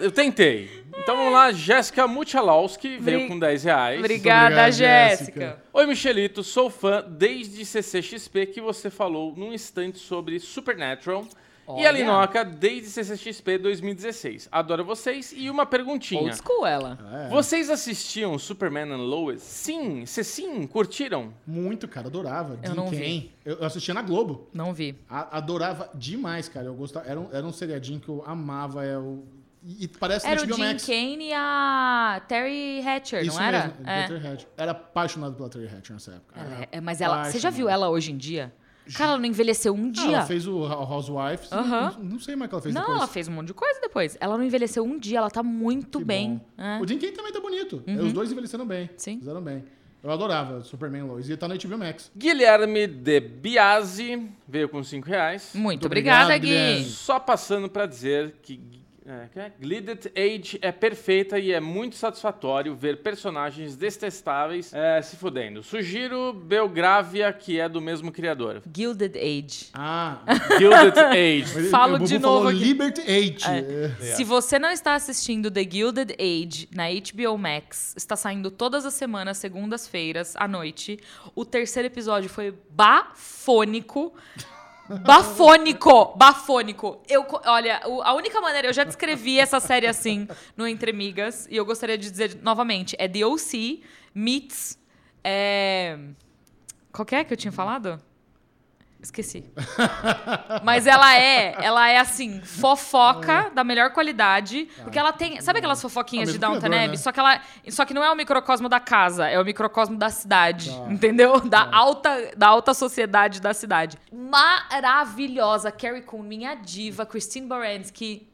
eu tentei. Então vamos lá, Jéssica Muchalowski veio
Bri-
com 10 reais.
Obrigada,
obrigado,
Jéssica.
Jéssica.
Oi, Michelito, sou fã desde CCXP que você falou num instante sobre Supernatural. E
Olha.
a Linoca desde CCXP 2016. Adoro vocês. E uma perguntinha.
Old school ela.
É,
Vocês assistiam Superman and Lois? Sim, se sim, curtiram?
Muito, cara. Adorava.
Eu não
Dean Cain. Eu eu assistia na Globo.
Não vi.
A- adorava demais, cara. Eu gostava. Era um, era um seriadinho que eu amava. Eu... E e parece
Era
no
o
HBO
Jim
Max.
Kane e a Terry Hatcher,
Isso
não era?
mesmo,
É.
Terry Hatcher. Era apaixonado pela Terry Hatcher Ah, nessa época.
Ela
Era
é- é- mas ela. Você já
apaixonado.
viu ela hoje em dia? Cara, ela não envelheceu um
Ah,
dia.
ela fez o Ho- Housewives.
Aham.
não, não sei mais o que ela fez
não,
depois.
ela fez um monte de coisa depois. Ela não envelheceu um dia, ela tá muito
Que
bem.
bom.
É. Uhum.
O Jim Kane também tá bonito. Os dois envelheceram bem.
Sim.
Fizeram bem. Eu adorava Superman e Lois. E tá no HBO Max.
Guilherme de Biasi veio com 5 reais.
Muito
Muito
obrigada,
obrigado,
Gui.
Guilherme.
Só passando pra dizer que é, que é? Glided Age é perfeita e é muito satisfatório ver personagens detestáveis é, se fudendo. Sugiro Belgravia, que é do mesmo criador.
Gilded Age.
Ah,
Gilded Age.
mas
Falo
o Bubu
de novo
falou
aqui.
Liberty Eight. É.
Se você não está assistindo The Gilded Age na HBO Max, está saindo todas as semanas, segundas-feiras, à noite. O terceiro episódio foi bafônico. Bafônico! Bafônico! Eu, co- olha, o- a única maneira, eu já descrevi essa série assim no Entre Migas, e eu gostaria de dizer novamente: é The OC Meets. É... Qual que é que eu tinha falado? Esqueci. Mas ela é, ela é assim, fofoca da melhor qualidade, porque ela tem, sabe aquelas fofoquinhas
É o mesmo
de Downton
criador, né?
Abbey? Só que ela, só que não é o microcosmo da casa, é o microcosmo da cidade,
Tá.
entendeu? Da alta, da alta sociedade da cidade. Maravilhosa, Carrie Coon, minha diva, Christine Baranski,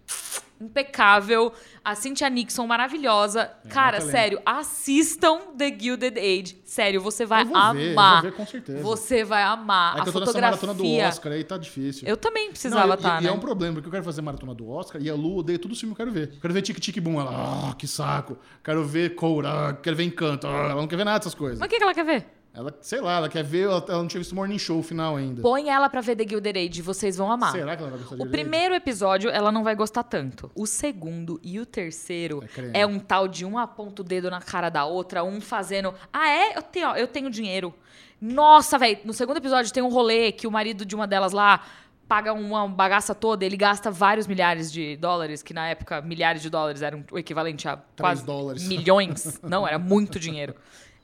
impecável, a Cynthia Nixon maravilhosa. Cara,
É, talento.
sério, assistam The Gilded Age. Sério, você vai
Eu vou
amar.
ver, eu vou ver com certeza.
Você vai amar
É
a
que eu tô nessa maratona do
fotografia.
Oscar aí, tá difícil.
Eu também
Não,
precisava
e-
estar,
e,
né?
é um problema, porque eu quero fazer maratona do Oscar e a Lu odeia tudo os filmes que eu quero ver. Eu Quero ver Tic Tic Boom, ela, ah, que saco. Quero ver Coura, ah, quero ver Encanto, ah, ela não quer ver nada dessas coisas.
Mas o que, que ela quer ver?
Ela, sei lá, ela quer ver, ela, ela não tinha visto Morning Show final ainda.
Põe ela pra ver The Gilded Age, vocês vão amar.
Será que ela vai gostar de
O
ver?
primeiro episódio ela não vai gostar tanto. O segundo e o terceiro
É creme.
é, um tal de um aponta o dedo na cara da outra, um fazendo. Ah, é? Eu tenho, ó, eu tenho dinheiro. Nossa, velho. No segundo episódio tem um rolê que o marido de uma delas lá paga uma bagaça toda, ele gasta vários milhares de dólares, que na época milhares de dólares eram o equivalente a quase
dólares.
milhões. Não, era muito dinheiro.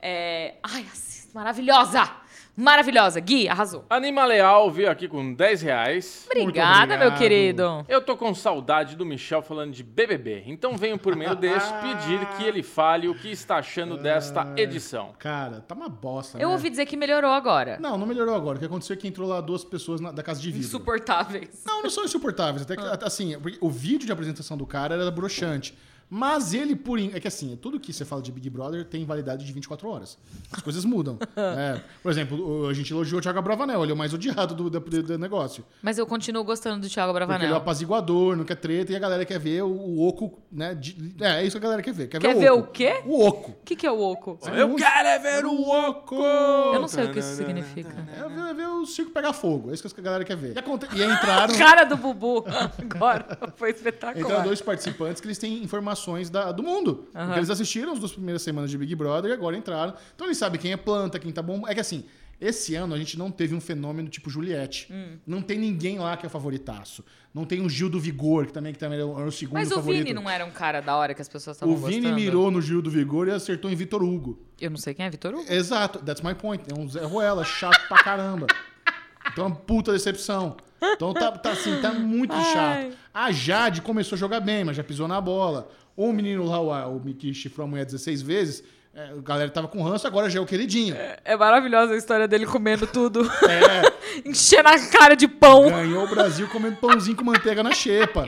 É... Ai, assista, maravilhosa! Maravilhosa. Gui, arrasou.
Anima Leal veio aqui com 10 reais.
Obrigada, meu
obrigado.
querido.
Eu tô com saudade do Michel falando de BBB, então venho por meio desse pedir que ele fale o que está achando desta edição.
Cara, tá uma bosta,
Eu
né?
ouvi dizer que melhorou agora.
Não, não melhorou agora. O que aconteceu é que entrou lá duas pessoas na- da casa de vidro.
Insuportáveis.
Não, não são insuportáveis. Até que, assim, porque o vídeo de apresentação do cara era broxante. Mas ele, por. in- É que assim, tudo que você fala de Big Brother tem validade de 24 horas. As coisas mudam. É, por exemplo, o- a gente elogiou o Thiago Bravanel, ele é o mais odiado do, do, do negócio.
Mas eu continuo gostando do Thiago
Porque ele é o
Bravanel.
apaziguador, não quer treta, e a galera quer ver o, o oco, né? de- é, é isso que a galera quer ver. Quer,
Quer
ver,
ver
o, oco.
o quê?
O oco.
O que, que é o oco?
Eu quero é ver o oco! Eu
Eu não sei o que isso significa.
É ver, é ver o circo pegar fogo. É isso que a galera quer ver. E, aconte- e entraram.
Cara do Bubu agora foi
Entraram
espetacular.
dois Então, participantes que eles têm informações da- do mundo.
Aham.
Porque eles assistiram as duas primeiras semanas de Big Brother e agora entraram. Então eles sabem quem é planta, quem tá bom. É que assim, esse ano a gente não teve um fenômeno tipo Juliette.
Hum.
Não tem ninguém lá que é favoritaço. Não tem o Gil do Vigor, que também, que também era o era o segundo
Mas o
favorito.
Vini não era um cara da hora que as pessoas estavam
o
gostando?
Vini mirou no Gil do Vigor e acertou em Vitor Hugo.
Eu não sei quem é Vitor Hugo.
Exato, that's my point. É um Zé Ruela, chato pra caramba. Então é uma puta decepção. Então tá, tá assim, tá muito chato. A Jade começou a jogar bem, mas já pisou na bola. O menino lá, o o que chifrou a mulher 16 vezes, é, a galera tava com ranço, agora já é o queridinho.
É maravilhosa a história dele comendo tudo.
É,
Enchendo a cara de pão.
ganhou o Brasil comendo pãozinho com manteiga na xepa.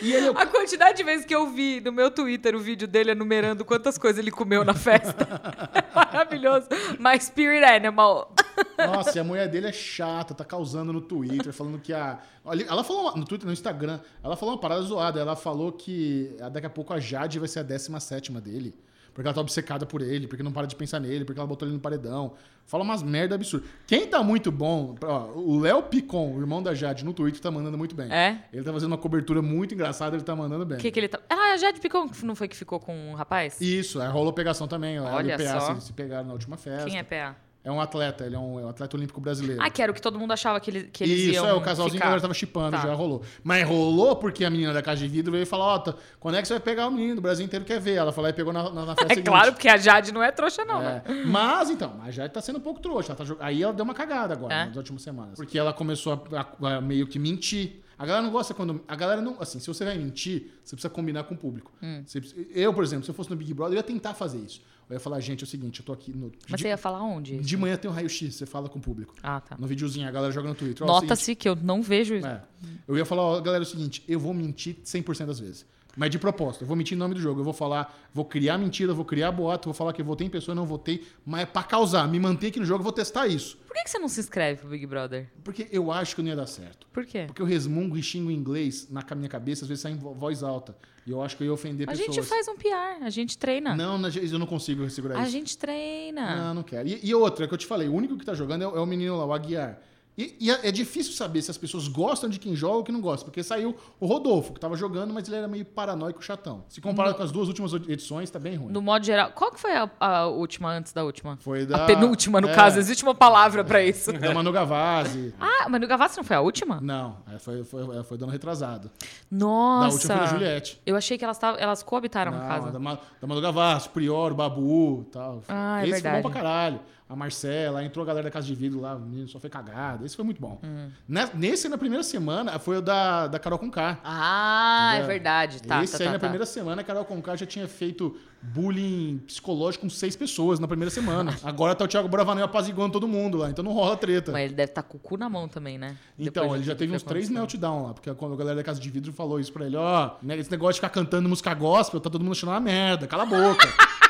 E ele é o
A quantidade de vezes que eu vi no meu Twitter o vídeo dele enumerando quantas coisas ele comeu na festa. É maravilhoso. My spirit animal.
Nossa, e a mulher dele é chata, tá causando no Twitter, falando que a. Olha, Ela falou uma- no Twitter, no Instagram, ela falou uma parada zoada. Ela falou que ah, daqui a pouco a Jade vai ser a 17 dele. Porque ela tá obcecada por ele, porque não para de pensar nele, porque ela botou ele no paredão. Fala umas merda absurdas. Quem tá muito bom, ó, o Léo Picon, o irmão da Jade, no Twitter, tá mandando muito bem.
É?
Ele tá fazendo uma cobertura muito engraçada, ele tá mandando bem.
O que, que ele tá. Ah, a Jade Picon não foi que ficou com um rapaz?
Isso, é, rolou pegação também. ó,
Olha
ela e o PA
só.
se, se pegaram na última festa.
Quem é PA?
É um atleta, ele é um, é um atleta olímpico brasileiro.
Ah, que era o que todo mundo achava que, ele, que eles
Isso,
iam.
é, o casalzinho que a
ficar.
galera tava chipando,
Tá.
já rolou. Mas rolou porque a menina da Casa de Vidro veio e falou, ó, tá- quando é que você vai pegar o menino? O Brasil inteiro quer ver. Ela falou e pegou na, na, na festa
É
seguinte.
claro, porque a Jade não é trouxa, não. né?
assim, É, Mas, então, a Jade tá sendo um pouco trouxa. ela tá jo- Aí ela deu uma cagada agora, né,
É?
nas últimas semanas. Porque ela começou a, a- a meio que mentir. A galera não gosta quando... A galera não... Assim, se você vai mentir, você precisa combinar com o público.
Hum.
Você precisa- eu, por exemplo, se eu fosse no Big Brother, eu ia tentar fazer isso. Eu ia falar, gente, é o seguinte, eu tô aqui no...
Mas
de,
você ia falar onde?
de manhã tem um raio-x, você fala com o público.
Ah, tá.
No videozinho, a galera joga no Twitter. ó, é o seguinte,
Nota-se que eu não vejo isso.
é. Eu ia falar, ó, galera, é o seguinte, eu vou mentir 100% das vezes. Mas de propósito, eu vou mentir em nome do jogo. Eu vou falar, vou criar mentira, vou criar boato, vou falar que eu votei em pessoa, não votei, mas é pra causar, me manter aqui no jogo, eu vou testar isso.
Por que, que você não se inscreve pro Big Brother?
Porque eu acho que não ia dar certo.
Por quê?
Porque eu resmungo e xingo em inglês na ca- minha cabeça, às vezes sai em vo- voz alta. E eu acho que eu ia ofender
A
pessoas.
gente faz um PR, a gente treina.
Não, na- eu não consigo segurar
a
isso.
gente treina.
Não, não quero. E, e outra, que eu te falei, o único que tá jogando é, o- é o menino lá, o Aguiar. E, e é é difícil saber se as pessoas gostam de quem joga ou que não gosta, porque saiu o Rodolfo, que tava jogando, mas ele era meio paranoico chatão. Se comparado com as duas últimas edições, tá bem ruim.
No modo geral. Qual que foi a, a última antes da última?
Foi da.
A penúltima, no
é,
caso. Existe uma palavra pra isso.
Da Manu Gavazzi.
Ah, mas no Gavassi não foi a última?
Não, é, foi, foi, é, foi dando retrasado. Da
Nossa.
última foi da Juliette.
Eu achei que elas, tavam, elas coabitaram a
Não,
casa.
Da, Ma- da Manu Gavassi, Prior, Babu tal.
Ah, é
Esse foi
verdade.
bom pra caralho. A Marcela, entrou a galera da Casa de Vidro lá, o menino só foi cagado. Esse foi muito bom.
Hum.
Ne- Nesse, na primeira semana, foi o da, da Carol Conká.
Ah, é
Entendeu?
verdade. Tá,
Esse
tá,
aí,
tá,
na
tá.
primeira semana, a Carol Conká já tinha feito bullying psicológico com seis pessoas na primeira semana. Agora tá o Thiago Bravanel apaziguando todo mundo lá, então não rola treta.
Mas ele deve estar com o cu na mão também, né? Depois
Então,
de
ele já
tudo que
teve uns três
aconteceu.
meltdown lá, porque quando a galera da Casa de Vidro falou isso pra ele, ó, né, esse negócio de ficar cantando música gospel, tá todo mundo achando uma merda, cala a boca.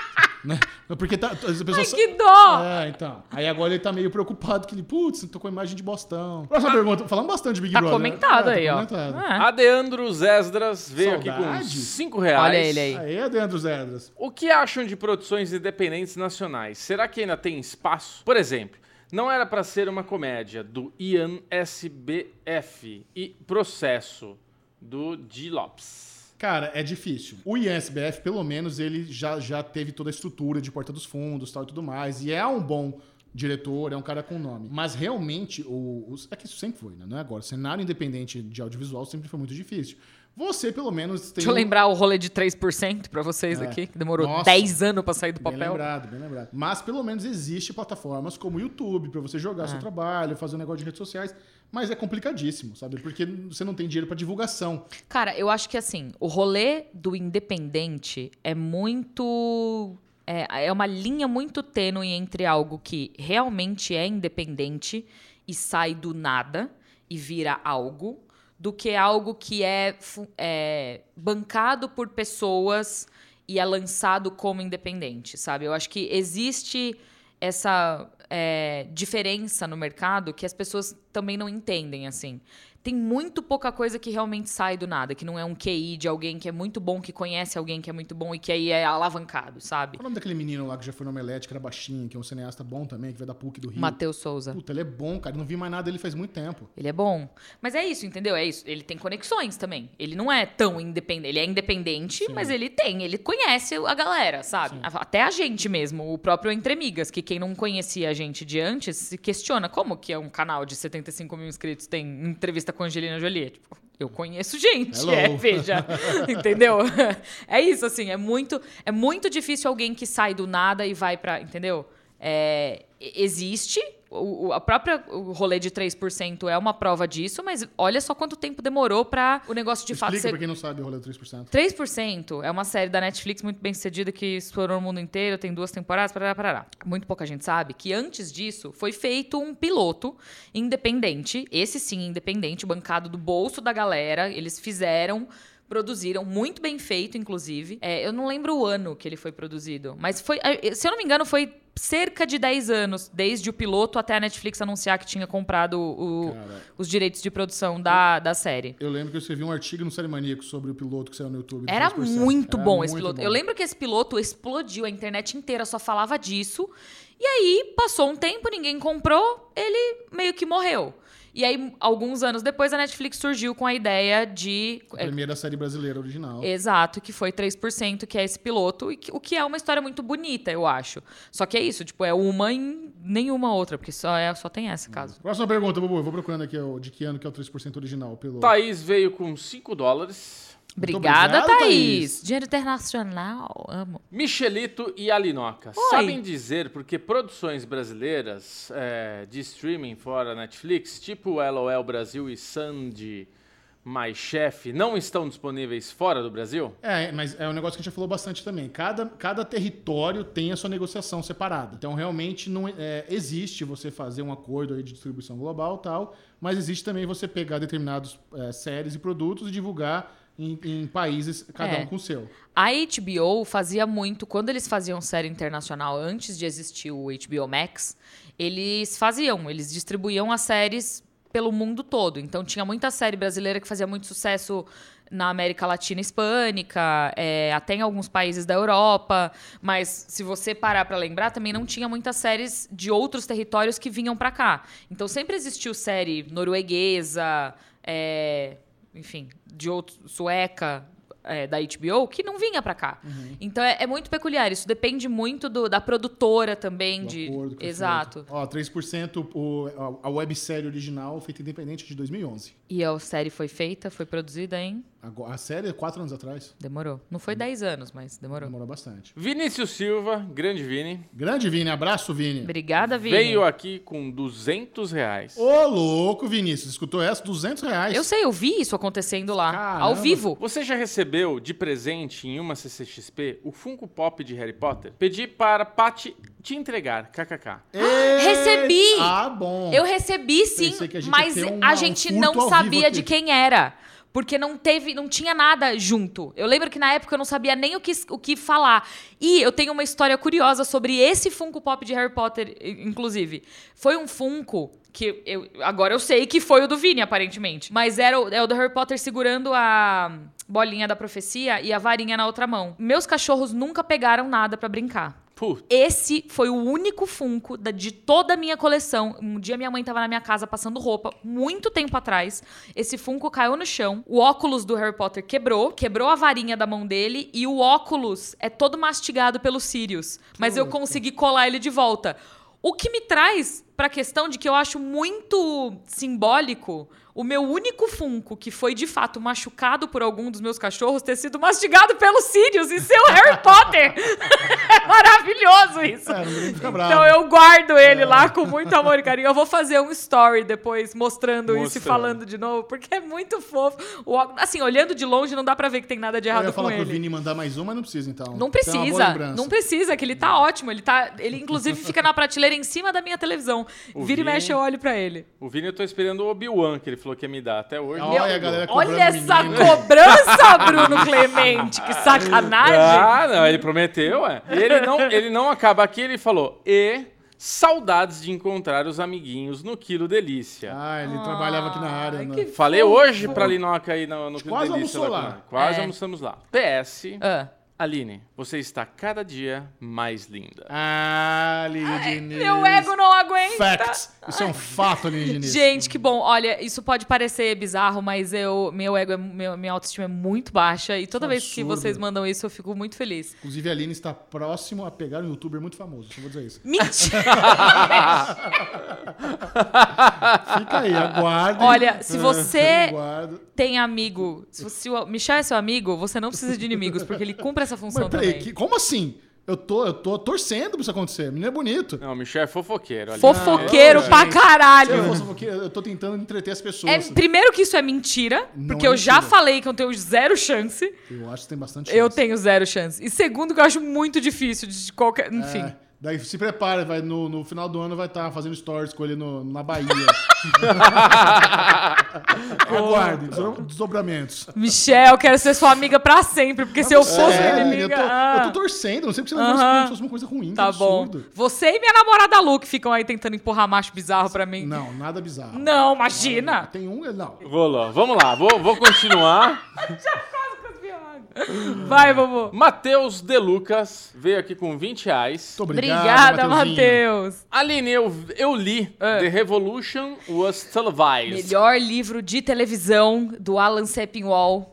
né? Porque tá, as
Ai,
pessoas...
que dó!
É, então. Aí agora ele tá meio preocupado, que ele, putz, tô com a imagem de bostão. Próxima pergunta, falando bastante de Big
Ah. Tá
Brother. né?
comentado
É, tá
aí, ó.
comentado.
Ah,
Adeandro Zesdras veio aqui com
Saudade.
5 reais.
Olha ele aí.
Aí, Adentro Zedras.
O que acham de produções independentes nacionais? Será que ainda tem espaço? Por exemplo, não era pra ser uma comédia do Ian SBF e Processo do G. Lopes.
Cara, é difícil. O ISBF, pelo menos, ele já, já teve toda a estrutura de Porta dos Fundos tal e tudo mais. E é um bom diretor, é um cara com nome. Mas realmente, o, os- é que isso sempre foi, né? Não é agora. O cenário independente de audiovisual sempre foi muito difícil. Você, pelo menos, tem.
Deixa eu
um- É.
lembrar o rolê de 3% pra vocês aqui, que demorou
Nossa.
10 anos pra sair do
Bem
papel.
lembrado, bem lembrado. Mas pelo menos existe plataformas como o YouTube pra você
É.
jogar seu trabalho, fazer um negócio de redes sociais, mas é complicadíssimo, sabe? Porque você não tem dinheiro pra divulgação.
Cara, eu acho que assim, o rolê do independente é muito. É, é uma linha muito tênue entre algo que realmente é independente e sai do nada e vira algo, do que algo que é, fu- é bancado por pessoas e é lançado como independente, sabe? Eu acho que existe essa. é, é, diferença no mercado que as pessoas também não entendem, assim. Tem muito pouca coisa que realmente sai do nada, que não é um QI de alguém que é muito bom, que conhece alguém que é muito bom e que aí é alavancado, sabe?
Qual o nome daquele menino lá que já foi no Omelete, que era baixinho, que é um cineasta bom também, que vai da PUC do Rio?
Matheus Souza.
Puta, ele é bom, cara. Eu Não vi mais nada dele faz muito tempo.
Ele é bom. Mas é isso, entendeu? É isso. Ele tem conexões também. Ele não é tão independente. Ele é independente, mas ele tem. Ele conhece a galera, sabe? A- Até a gente mesmo. O próprio Entre Migas, que quem não conhecia a gente de antes se questiona como que é um canal de 75 mil inscritos tem entrevista com Angelina Jolie. Tipo, eu conheço gente,
Hello.
é, veja. entendeu? É isso, assim. É muito, é muito difícil alguém que sai do nada e vai pra. Entendeu? É, e- existe. O, o- a própria o rolê de 3% é uma prova disso, mas olha só quanto tempo demorou pra o negócio de
Explica
fato ser.
pra quem não sabe o rolê do 3%.
3% é uma série da Netflix muito bem sucedida que explorou o mundo inteiro, tem duas temporadas, parará, parará. Muito pouca gente sabe que antes disso foi feito um piloto independente, esse sim independente, bancado do bolso da galera, eles fizeram. Produziram, muito bem feito, inclusive. É, eu não lembro o ano que ele foi produzido, mas foi. é, Se eu não me engano, foi cerca de 10 anos, desde o piloto até a Netflix anunciar que tinha comprado o-
Cara.
os direitos de produção da, da série.
Eu lembro que eu escrevi um artigo no Série Maníaco sobre o piloto que saiu no YouTube. do
Era
3%.
muito
Era
bom esse
muito
piloto.
bom.
Eu lembro que esse piloto explodiu, a internet inteira só falava disso. E aí passou um tempo, ninguém comprou, ele meio que morreu. E aí, alguns anos depois, a Netflix surgiu com a ideia de. é,
A primeira série brasileira original.
Exato, que foi 3%, que é esse piloto, e que- o que é uma história muito bonita, eu acho. Só que é isso, tipo, é uma em nenhuma outra, porque só, é, só tem esse caso.
Próxima pergunta, Bubu. Eu vou procurando aqui ó, de que ano que é o 3% original, o piloto.
Thaís veio com 5 dólares.
Muito
Obrigada,
obrigado,
Thaís.
Thaís.
Dinheiro internacional, amo.
Michelito e Alinoca. Sabem dizer porque produções brasileiras é, de streaming fora Netflix, tipo LOL Brasil e Sandy, My Chef, não estão disponíveis fora do Brasil?
É, mas é um negócio que a gente já falou bastante também. Cada, cada território tem a sua negociação separada. Então, realmente, não é, existe você fazer um acordo aí de distribuição global e tal, mas existe também você pegar determinados é, séries e produtos e divulgar em, em países, cada
É.
um com o seu.
A HBO fazia muito, quando eles faziam série internacional, antes de existir o HBO Max, eles faziam, eles distribuíam as séries pelo mundo todo. Então tinha muita série brasileira que fazia muito sucesso na América Latina Hispânica, é, até em alguns países da Europa. Mas se você parar pra lembrar, também não tinha muitas séries de outros territórios que vinham pra cá. Então sempre existiu série norueguesa, é, enfim, de outro, sueca, é, da HBO que não vinha pra cá.
Uhum.
Então é, é muito peculiar. Isso depende muito do- da produtora também.
Do
De,
acordo que foi
Exato.
feito. Ó, 3% o, a, a websérie original feita independente de 2011.
E a série foi feita, foi produzida em.
Agora- A série é quatro anos atrás.
Demorou. Não foi 10 anos, mas demorou.
Demorou bastante.
Vinícius Silva, grande Vini,
Grande Vini, abraço, Vini.
Obrigada, Vini.
veio aqui com 200 reais.
Ô, louco, Vinícius, escutou essa? 200 reais.
Eu sei, eu vi isso acontecendo lá,
Caramba.
ao vivo.
Você já recebeu de presente em uma CCXP o Funko Pop de Harry Potter? Pedi para Paty te entregar, kkk.
Recebi!
Ah, bom.
Eu recebi sim,
Pensei que a gente
mas
ia ter um-
a
um
gente
furto ao
não
vivo
sabia de
aqui.
quem era. Porque não teve, não tinha nada junto. Eu lembro que na época eu não sabia nem o que, o que falar. E eu tenho uma história curiosa sobre esse Funko Pop de Harry Potter, i- inclusive. Foi um Funko que eu, agora eu sei que foi o do Vini, aparentemente. Mas era o, é o do Harry Potter segurando a bolinha da profecia e a varinha na outra mão. Meus cachorros nunca pegaram nada pra brincar.
Puta.
Esse foi o único Funko da- de toda a minha coleção. Um dia minha mãe tava na minha casa passando roupa, muito tempo atrás. Esse Funko caiu no chão. O óculos do Harry Potter quebrou, quebrou a varinha da mão dele e o óculos é todo mastigado pelo Sirius. Mas eu consegui colar ele de volta. O que me traz pra questão de que eu acho muito simbólico o meu único Funko que foi de fato machucado por algum dos meus cachorros ter sido mastigado pelo Sirius e ser o Harry Potter. é maravilhoso isso.
É, não fica bravo. É.
Então eu guardo ele lá com muito amor e carinho. Eu vou fazer um story depois mostrando, isso e
Mostrando.
falando de novo, porque é muito fofo. O óculos- assim, olhando de longe não dá pra ver que tem nada de
Eu
errado
ia
com
falar pro
ele.
Vini mandar mais um, mas não precisa, então.
Não
Então é uma boa
precisa,
lembrança.
não precisa, que ele tá ótimo. Ele tá, ele inclusive fica na prateleira em cima da minha televisão.
O
Vira e
Vini-
mexe, eu olho pra ele.
O Vini eu tô esperando o Obi-Wan que ele falou que ia me dar até hoje.
Olha, a galera tá cobrando
Olha essa
menino.
cobrança, Bruno Clemente, que sacanagem.
Ah, não, ele prometeu, é. E ele não, ele não acaba aqui, ele falou, e Saudades de encontrar os amiguinhos no Quilo Delícia.
Ah, ele trabalhava aqui na área.
Ai,
né?
que
Falei
fofo.
hoje pra Linoca aí no, no Quilo
Quase
Delícia.
almoçou
com
lá.
ela. Quase
É.
almoçamos lá. PS,
Ah.
Aline, você está cada dia mais linda.
Ah, Lídia Diniz.
Meu ego não aguenta.
Facts. Isso é um fato, Lídia Diniz.
Gente, que bom. Olha, isso pode parecer bizarro, mas eu, meu ego, é, meu- minha autoestima é muito baixa. E toda vez que
Absurdo.
vocês mandam isso, eu fico muito feliz.
Inclusive, a Aline está próximo a pegar um youtuber muito famoso. Deixa eu dizer isso.
Mentira!
Fica aí, É, aguarda.
Olha, se você
Aguardo.
tem amigo, se, você, se o Michel é seu amigo, você não precisa de inimigos, porque ele cumpre essa função
Mas peraí,
também.
que- como assim? Eu tô, eu tô torcendo pra isso acontecer. Menino é bonito.
Não, o Michel é fofoqueiro. Aline. É.
Fofoqueiro
Ah, eu,
pra
gente. Se eu
caralho!
fosse fofoqueiro, eu tô tentando entreter as
É,
pessoas. né?
primeiro que isso é mentira,
Não
porque
é
eu já
mentira.
falei que eu tenho zero chance.
Eu acho que tem bastante
Eu
chance.
tenho zero chance. E segundo, que eu acho muito difícil de qualquer. Enfim.
É, daí se prepara, vai, no, no final do ano vai estar fazendo stories com ele no- na Bahia. Aguarde, desdobra- desdobramentos.
Michel, quero ser sua amiga pra sempre, porque se eu fosse
É,
minha
menina, eu,
inimiga.
tô,
ah,
eu tô torcendo, não sei porque você levou isso
Aham.
como se fosse uma coisa ruim, que
tá bom.
absurdo.
Você e minha namorada Lu que ficam aí tentando empurrar macho bizarro pra mim.
Não, nada bizarro.
Não, imagina!
Tem um, não.
Rolou. Vamos lá, vou, vou continuar.
Vai, vovô.
Matheus De Lucas veio aqui com 20 reais.
Muito obrigado,
Obrigada,
Mateuzinho.
Matheus.
Aline, eu, eu li
É.
The Revolution Was Televised.
Melhor livro de televisão do Alan Sepinwall.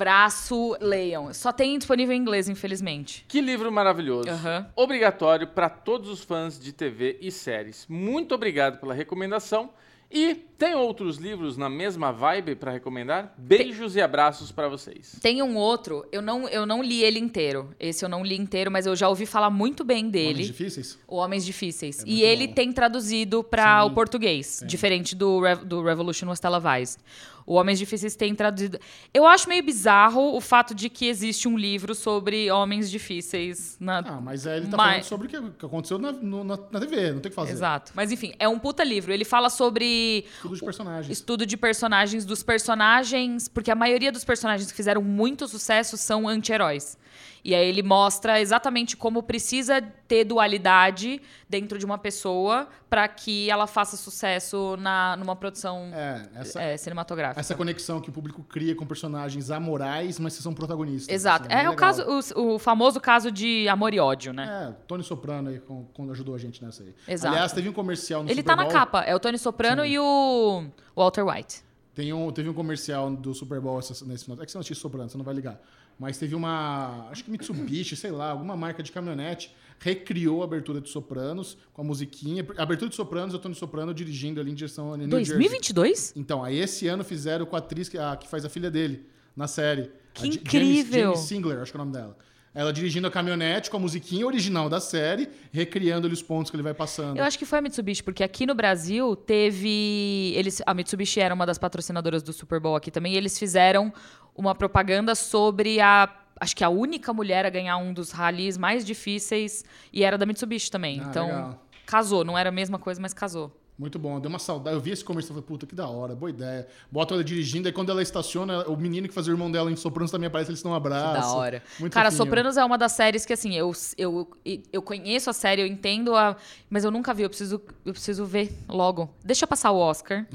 Livraço, leiam. Só tem disponível em inglês, infelizmente.
Que livro maravilhoso.
Aham.
Obrigatório para todos os fãs de TV e séries. Muito obrigado pela recomendação. E tem outros livros na mesma vibe para recomendar? Beijos e abraços para vocês.
Tem um outro, eu não, eu não li ele inteiro. Esse eu não li inteiro, mas eu já ouvi falar muito bem dele.
Homens difíceis?
O Homens Difíceis.
muito
e ele
bom.
tem traduzido para o
Sim. É.
português, diferente do, Re- do Revolution Was Televised. O Homens Difíceis tem traduzido. Eu acho meio bizarro o fato de que existe um livro sobre homens difíceis na.
Ah, mas aí ele tá
Mas-
falando sobre o que que aconteceu na, no- na, na TV, não tem o que Ah, fazer.
Exato. Mas enfim, é um puta livro. Ele fala sobre
Tudo de personagens.
estudo de personagens dos personagens, porque a maioria dos personagens que fizeram muito sucesso são anti-heróis. E aí ele mostra exatamente como precisa ter dualidade dentro de uma pessoa para que ela faça sucesso na, numa produção
É, essa,
é, cinematográfica.
essa conexão que o público cria com personagens amorais, mas que são protagonistas. assim, né?
Exato.
Isso
É,
bem
o, caso, o, o famoso caso de amor e ódio, né?
É, Tony Soprano aí, com- quando ajudou a gente nessa aí.
Exato.
Aliás, teve um comercial no
ele
Super
tá na
Bowl.
capa. É o Tony Soprano e o Walter White.
Tem um, teve um comercial do Super Bowl essa- nesse final. É que você não assiste Soprano, você não vai ligar. Mas teve uma. Acho que Mitsubishi, sei lá, alguma marca de caminhonete recriou a abertura de Sopranos com a musiquinha. A abertura de Sopranos, eu tô no Soprano dirigindo ali em direção a New Jersey.
2022?
Então, aí esse ano fizeram com a atriz que, a, que faz a filha dele na série.
Que
A J-
incrível!
James, James Singler, acho que é o nome dela. Ela dirigindo a caminhonete com a musiquinha original da série, recriando ali os pontos que ele vai passando.
Eu acho que foi a Mitsubishi, porque aqui no Brasil teve. Eles, a Mitsubishi era uma das patrocinadoras do Super Bowl aqui também, e eles fizeram uma propaganda sobre a. Acho que a única mulher a ganhar um dos rallies mais difíceis e era da Mitsubishi também.
Ah,
então,
legal.
casou. Não era a mesma coisa, mas casou.
Muito bom, deu uma saudade. Eu vi esse comercial e falei, puta, que da hora, boa ideia. Bota ela dirigindo, aí quando ela estaciona, o menino que faz o irmão dela em Sopranos também aparece, eles dão um abraço.
da hora.
Muito
Cara,
fofinho.
Sopranos é uma das séries que, assim, eu, eu, eu conheço a série, eu entendo a. Mas eu nunca vi, eu preciso, eu preciso ver logo. Deixa eu passar o Oscar.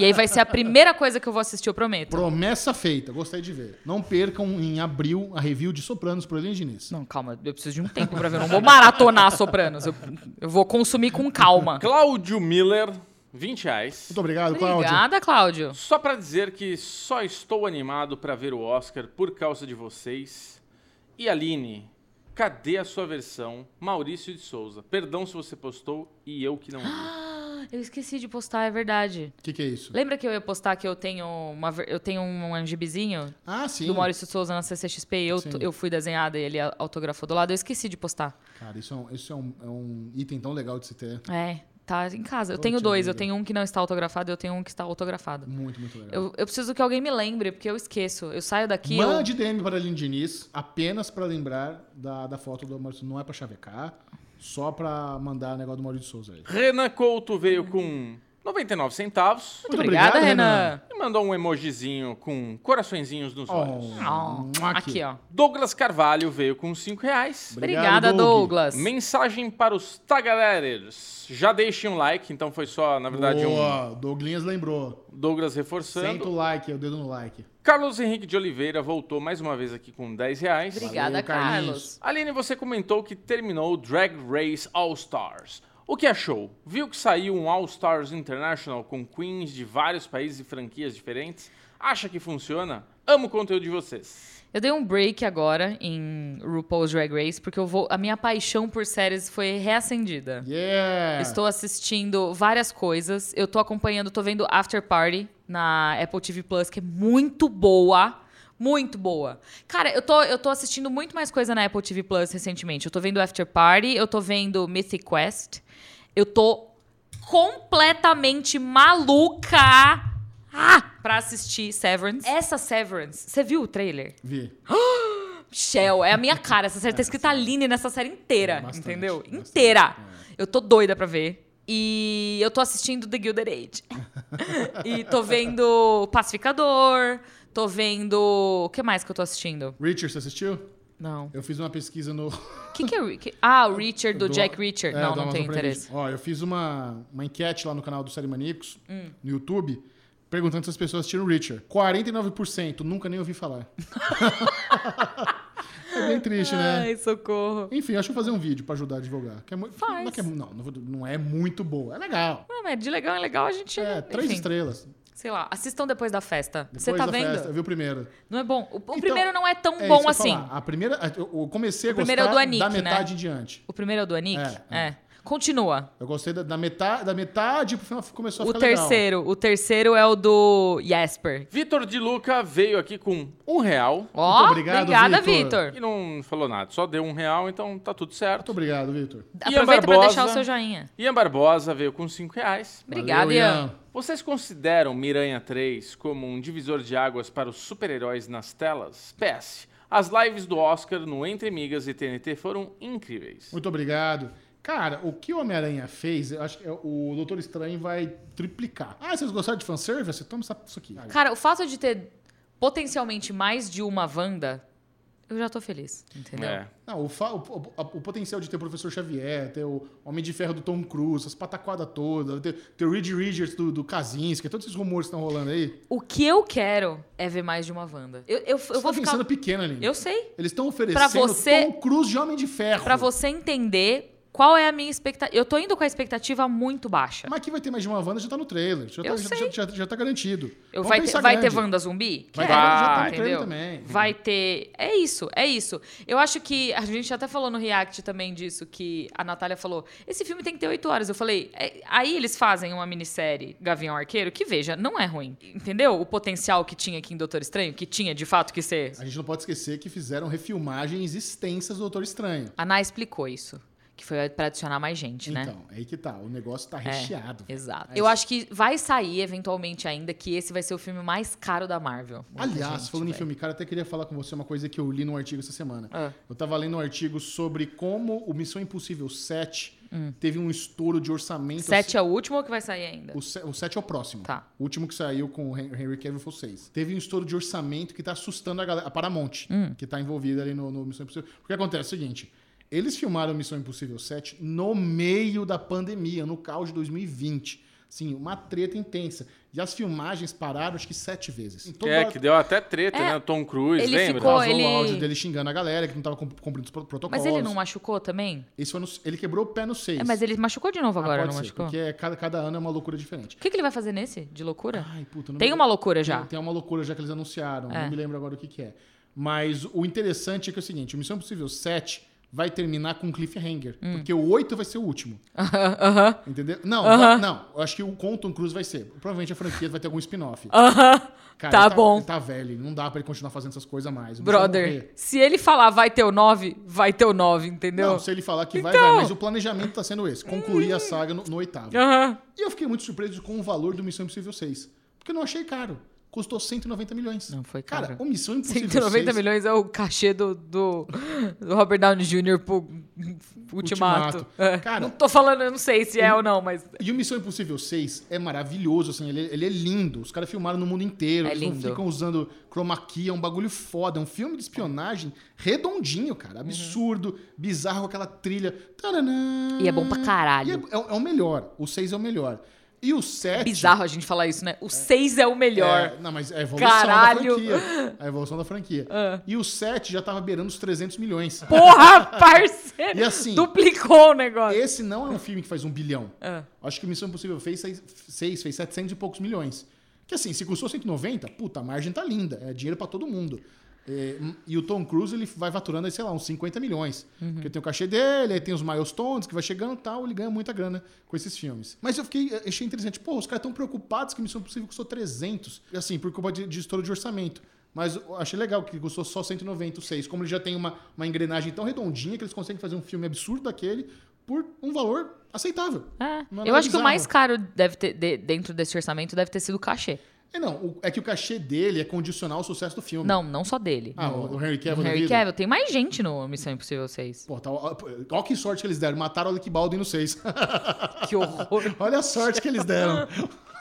e aí vai ser a primeira coisa que eu vou assistir, eu prometo.
Promessa feita, gostei de ver. Não percam em abril a review de Sopranos por Elinho Diniz.
Não, calma, eu preciso de um tempo pra ver. Eu não vou maratonar Sopranos. Eu, eu vou consumir com calma.
Cláudio Miller, 20 reais.
Muito obrigado, Cláudio.
Obrigada, Cláudio.
Só para dizer que só estou animado para ver o Oscar por causa de vocês. E Aline, cadê a sua versão? Maurício de Souza. Perdão se você postou e eu que não vi.
Ah, Eu esqueci de postar, é verdade.
O que, que é isso?
Lembra que eu ia postar que eu tenho uma ver- eu tenho um angibizinho
Ah, sim.
do Maurício Souza na CCXP e eu,
Sim.
eu fui desenhada e ele a- autografou do lado. Eu esqueci de postar.
Cara, isso é um, isso é um- é um item tão legal de se ter.
É, tá em casa. Eu
Putz,
tenho dois. Eu
vida.
tenho um que não está autografado e eu tenho um que está autografado.
Muito, muito legal.
Eu, eu preciso que alguém me lembre, porque eu esqueço. Eu saio daqui. eu-
Mande DM para Aline Diniz apenas para lembrar da, da foto do Maurício. Não é para chavecar, só para mandar negócio do Maurício de Souza aí.
Renan Couto veio com 99 centavos.
Muito obrigada,
obrigado,
Renan.
Renan.
E mandou um emojizinho com coraçõezinhos nos olhos.
um
Oh, aqui, ó.
Douglas Carvalho veio com 5 reais.
Obrigado,
Obrigada,
Doug.
Douglas.
Mensagem para os tagareros. Já deixem um like, então foi só, na verdade, um
Boa, Douglinhas lembrou.
Douglas reforçando.
Senta o like, é o dedo no like.
Carlos Henrique de Oliveira voltou mais uma vez aqui com 10 reais.
Obrigada,
Valeu, Carlinhos.
Carlos.
Aline, você comentou que terminou o Drag Race All Stars. O que achou? Viu que saiu um All Stars International com queens de vários países e franquias diferentes? Acha que funciona? Amo o conteúdo de vocês.
Eu dei um break agora em RuPaul's Drag Race, porque eu vou, a minha paixão por séries foi reacendida.
Yeah!
Estou assistindo várias coisas. Eu tô acompanhando, tô vendo After Party na Apple TV Plus, que é muito boa. Muito boa. Cara, eu tô, eu tô assistindo muito mais coisa na Apple TV Plus recentemente. Eu tô vendo After Party, eu tô vendo Mythic Quest. Eu tô completamente maluca ah, pra assistir Severance. Essa Severance, você viu o trailer?
Vi.
Shell, é a minha cara. Essa série tá escrita Aline nessa série inteira,
Bastante,
entendeu?
bastante, É.
inteira. Eu tô doida pra ver. E eu tô assistindo The Gilded Age. e tô vendo Pacificador, tô vendo... O que mais que eu tô assistindo?
Richard, você assistiu?
Não.
Eu fiz uma pesquisa no.
O que que é... Ri- que- Ah, o Richard, do, Jack Richard.
É,
não,
do
não
Amazon
tenho
Prime
interesse.
Video. Ó, eu fiz uma, uma enquete lá no canal do Série Maníacos,
Hum.
no YouTube, perguntando se as pessoas assistiram Richard. 49% nunca nem ouvi falar. é bem triste, né?
Ai, socorro.
Enfim, acho que vou fazer um vídeo pra ajudar a divulgar. Que é muito,
Faz.
Não, é que é- não, não vou- não é muito boa. É legal.
Ah, mas de legal em legal a gente...
É, três
enfim,
estrelas.
Sei lá, assistam depois da festa.
Depois
Você tá
da
vendo?
festa, eu vi o primeiro.
Não é bom. O, o
Então,
primeiro não é tão
É isso que
bom
eu ia
assim.
falar. A primeira, eu comecei a
O
gostar
primeiro é o do Anik,
da
né?
metade em diante.
O primeiro é o do Anik?
É,
É. Continua.
Eu gostei da, da metade, da metade pro final começou a
O
ficar legal.
terceiro. O terceiro é o do Jasper.
Vitor de Luca veio aqui com um real
Ó,
Muito obrigado,
obrigada,
Vitor.
Vitor.
e não falou nada, só deu um real, então tá tudo
Muito
certo.
obrigado, Vitor.
Aproveita pra
Barbosa.
deixar o seu joinha.
Ian Barbosa veio com 5 reais.
Obrigada,
Valeu,
Ian.
Vocês consideram Miranha 3 como um divisor de águas para os super-heróis nas telas? PS. As lives do Oscar no Entre Migas e TNT foram incríveis.
Muito obrigado. Cara, o que o Homem-Aranha fez, eu acho que é o Doutor Estranho vai triplicar. Ah, vocês gostaram de fanservice? Toma essa- isso aqui.
Cara, o fato de ter potencialmente mais de uma Wanda, eu já tô feliz, entendeu?
É.
Não, o, fa- o- o- a- o potencial de ter o Professor Xavier, ter o Homem de Ferro do Tom Cruise, as pataquadas todas, ter, ter o Reed Richards do, do Kaczynski, todos esses rumores que estão rolando aí.
O que eu quero é ver mais de uma Wanda. Eu, eu, eu
Você
vou
tá
ficar...
pensando pequeno ali.
Eu sei.
Eles estão oferecendo
Pra você-
Tom Cruise de Homem de Ferro.
Pra você entender qual é a minha expectativa. Eu tô indo com a expectativa muito baixa.
Mas aqui vai ter mais de uma Wanda, já tá no trailer. Já,
Eu
tá, já-
sei.
já- já- já tá garantido.
Eu
Vamos
vai, ter,
pensar
vai ter
grande.
Wanda zumbi?
Vai
Quero, Ah,
ter, já tá no
entendeu?
trailer também.
Vai ter. É isso, é isso. Eu acho que. A gente até falou no React também disso, que a Natália falou: esse filme tem que ter oito horas. Eu falei, é- aí eles fazem uma minissérie Gavião Arqueiro, que veja, não é ruim. Entendeu? O potencial que tinha aqui em Doutor Estranho, que tinha de fato que ser.
A gente não pode esquecer que fizeram refilmagens extensas do Doutor Estranho.
A Ná explicou isso. Que foi pra adicionar mais gente, né? É,
Então, é aí que tá. O negócio tá recheado. velho.
Exato.
É
Eu
isso.
acho que vai sair eventualmente ainda que esse vai ser o filme mais caro da Marvel. Muita
Aliás,
gente,
falando em
velho.
filme, cara, eu até queria falar com você uma coisa que eu li num artigo essa semana.
Ah.
Eu tava lendo um artigo sobre como o Missão Impossível 7 teve um estouro de orçamento.
Hum. Sete é o último ou que vai sair ainda?
O, se- o 7 é o próximo.
Tá.
O último que saiu com o Hen- Henry Cavill foi o 6. Teve um estouro de orçamento que tá assustando a galera. A Paramount,
Hum.
que tá envolvida ali no, no Missão Impossível. Porque acontece é o seguinte: eles filmaram Missão Impossível 7 no meio da pandemia, no caos de 2020. Sim, uma treta intensa. E as filmagens pararam acho que sete vezes. Então, Em toda
É,
hora
que deu até treta,
É.
né? O Tom Cruise,
Ele
lembra?
ficou- Pô,
vazou
ele-
o áudio dele xingando a galera que não tava cump- cumprindo os pro- protocolos.
Mas ele não machucou também?
Esse foi no- ele quebrou o pé no 6.
É, mas ele machucou de novo agora, não
Ah, pode ser,
machucou?
porque é cada, cada ano é uma loucura diferente.
O que, que ele vai fazer nesse? De loucura?
Ai, puta, Ah, não
É. Tem
me-
uma loucura já.
Tem, tem uma loucura já que eles anunciaram, não me lembro agora o que, que é. Mas o interessante é que é o seguinte: o Missão Impossível 7 vai terminar com um cliffhanger.
Hum.
Porque o 8 vai ser o último.
Aham, aham,
Entendeu? Não,
Aham.
vai- não. Eu acho que o com o Tom Cruise vai ser. Provavelmente a franquia vai ter algum spin-off.
aham.
Cara,
Ah, tá
ele
bom.
Ele tá velho, não dá pra ele continuar fazendo essas coisas mais. O bicho vai
Brother,
morrer.
se ele falar vai ter o 9, vai ter o 9, entendeu?
Não, se ele falar que vai,
Então.
vai, mas o planejamento tá sendo esse: concluir a saga no, no oitavo.
Aham.
E eu fiquei muito surpreso com o valor do Missão Impossível 6. Porque eu não achei caro. custou 190 milhões.
Não, foi
Cara,
caro.
o Missão Impossível
190
seis-
milhões é o cachê do, do, do Robert Downey Jr. pro Ultimato.
Ultimato.
É.
Cara-
não tô falando, eu não sei se é ou não, mas
E o Missão Impossível 6 é maravilhoso, assim, ele, ele é lindo. Os caras filmaram no mundo inteiro,
É
eles
lindo.
não ficam usando chroma key, é um bagulho foda, é um filme de espionagem redondinho,
Uhum.
cara, absurdo, bizarro, aquela trilha. Taranã.
E é bom pra caralho.
E é, é- é o melhor, o 6 é o melhor. E o 7...
é bizarro a gente falar isso, né? O 6 é o melhor.
É, não, mas é a evolução
Caralho. Ah.
da franquia. A evolução da franquia. E o 7 já tava beirando os 300 milhões.
Porra, parceiro!
E assim-
Duplicou o negócio.
Esse não é um filme que faz um bilhão.
Ah.
Acho que Missão Impossível fez 6, fez 700 e poucos milhões. Que assim, se custou 190, puta, a margem tá linda. É dinheiro pra todo mundo. É, hum, e o Tom Cruise, ele vai faturando, aí, sei lá, uns 50 milhões. Porque tem o cachê dele, aí tem os milestones que vai chegando e tal, ele ganha muita grana com esses filmes. Mas eu fiquei, eu achei interessante, pô, os caras tão preocupados que Missão Impossível custou 300, e assim, por culpa de, de estouro de orçamento. Mas eu achei legal que custou só 196. Como ele já tem uma, uma engrenagem tão redondinha que eles conseguem fazer um filme absurdo daquele por um valor aceitável.
É,
Não é
Eu
nada
acho que o
bizarro.
mais caro deve ter, de- dentro desse orçamento deve ter sido o cachê.
É não, o- é que o cachê dele é condicional ao sucesso do filme.
Não, não só dele.
Ah, o
No-
Henry
no
Cavill da
Henry
vida?
Cavill. Tem mais gente no Missão Impossível 6.
Pô, tá, ó, ó que sorte que eles deram. Mataram o Alec Baldwin no 6.
Que horror.
Olha a sorte que eles deram.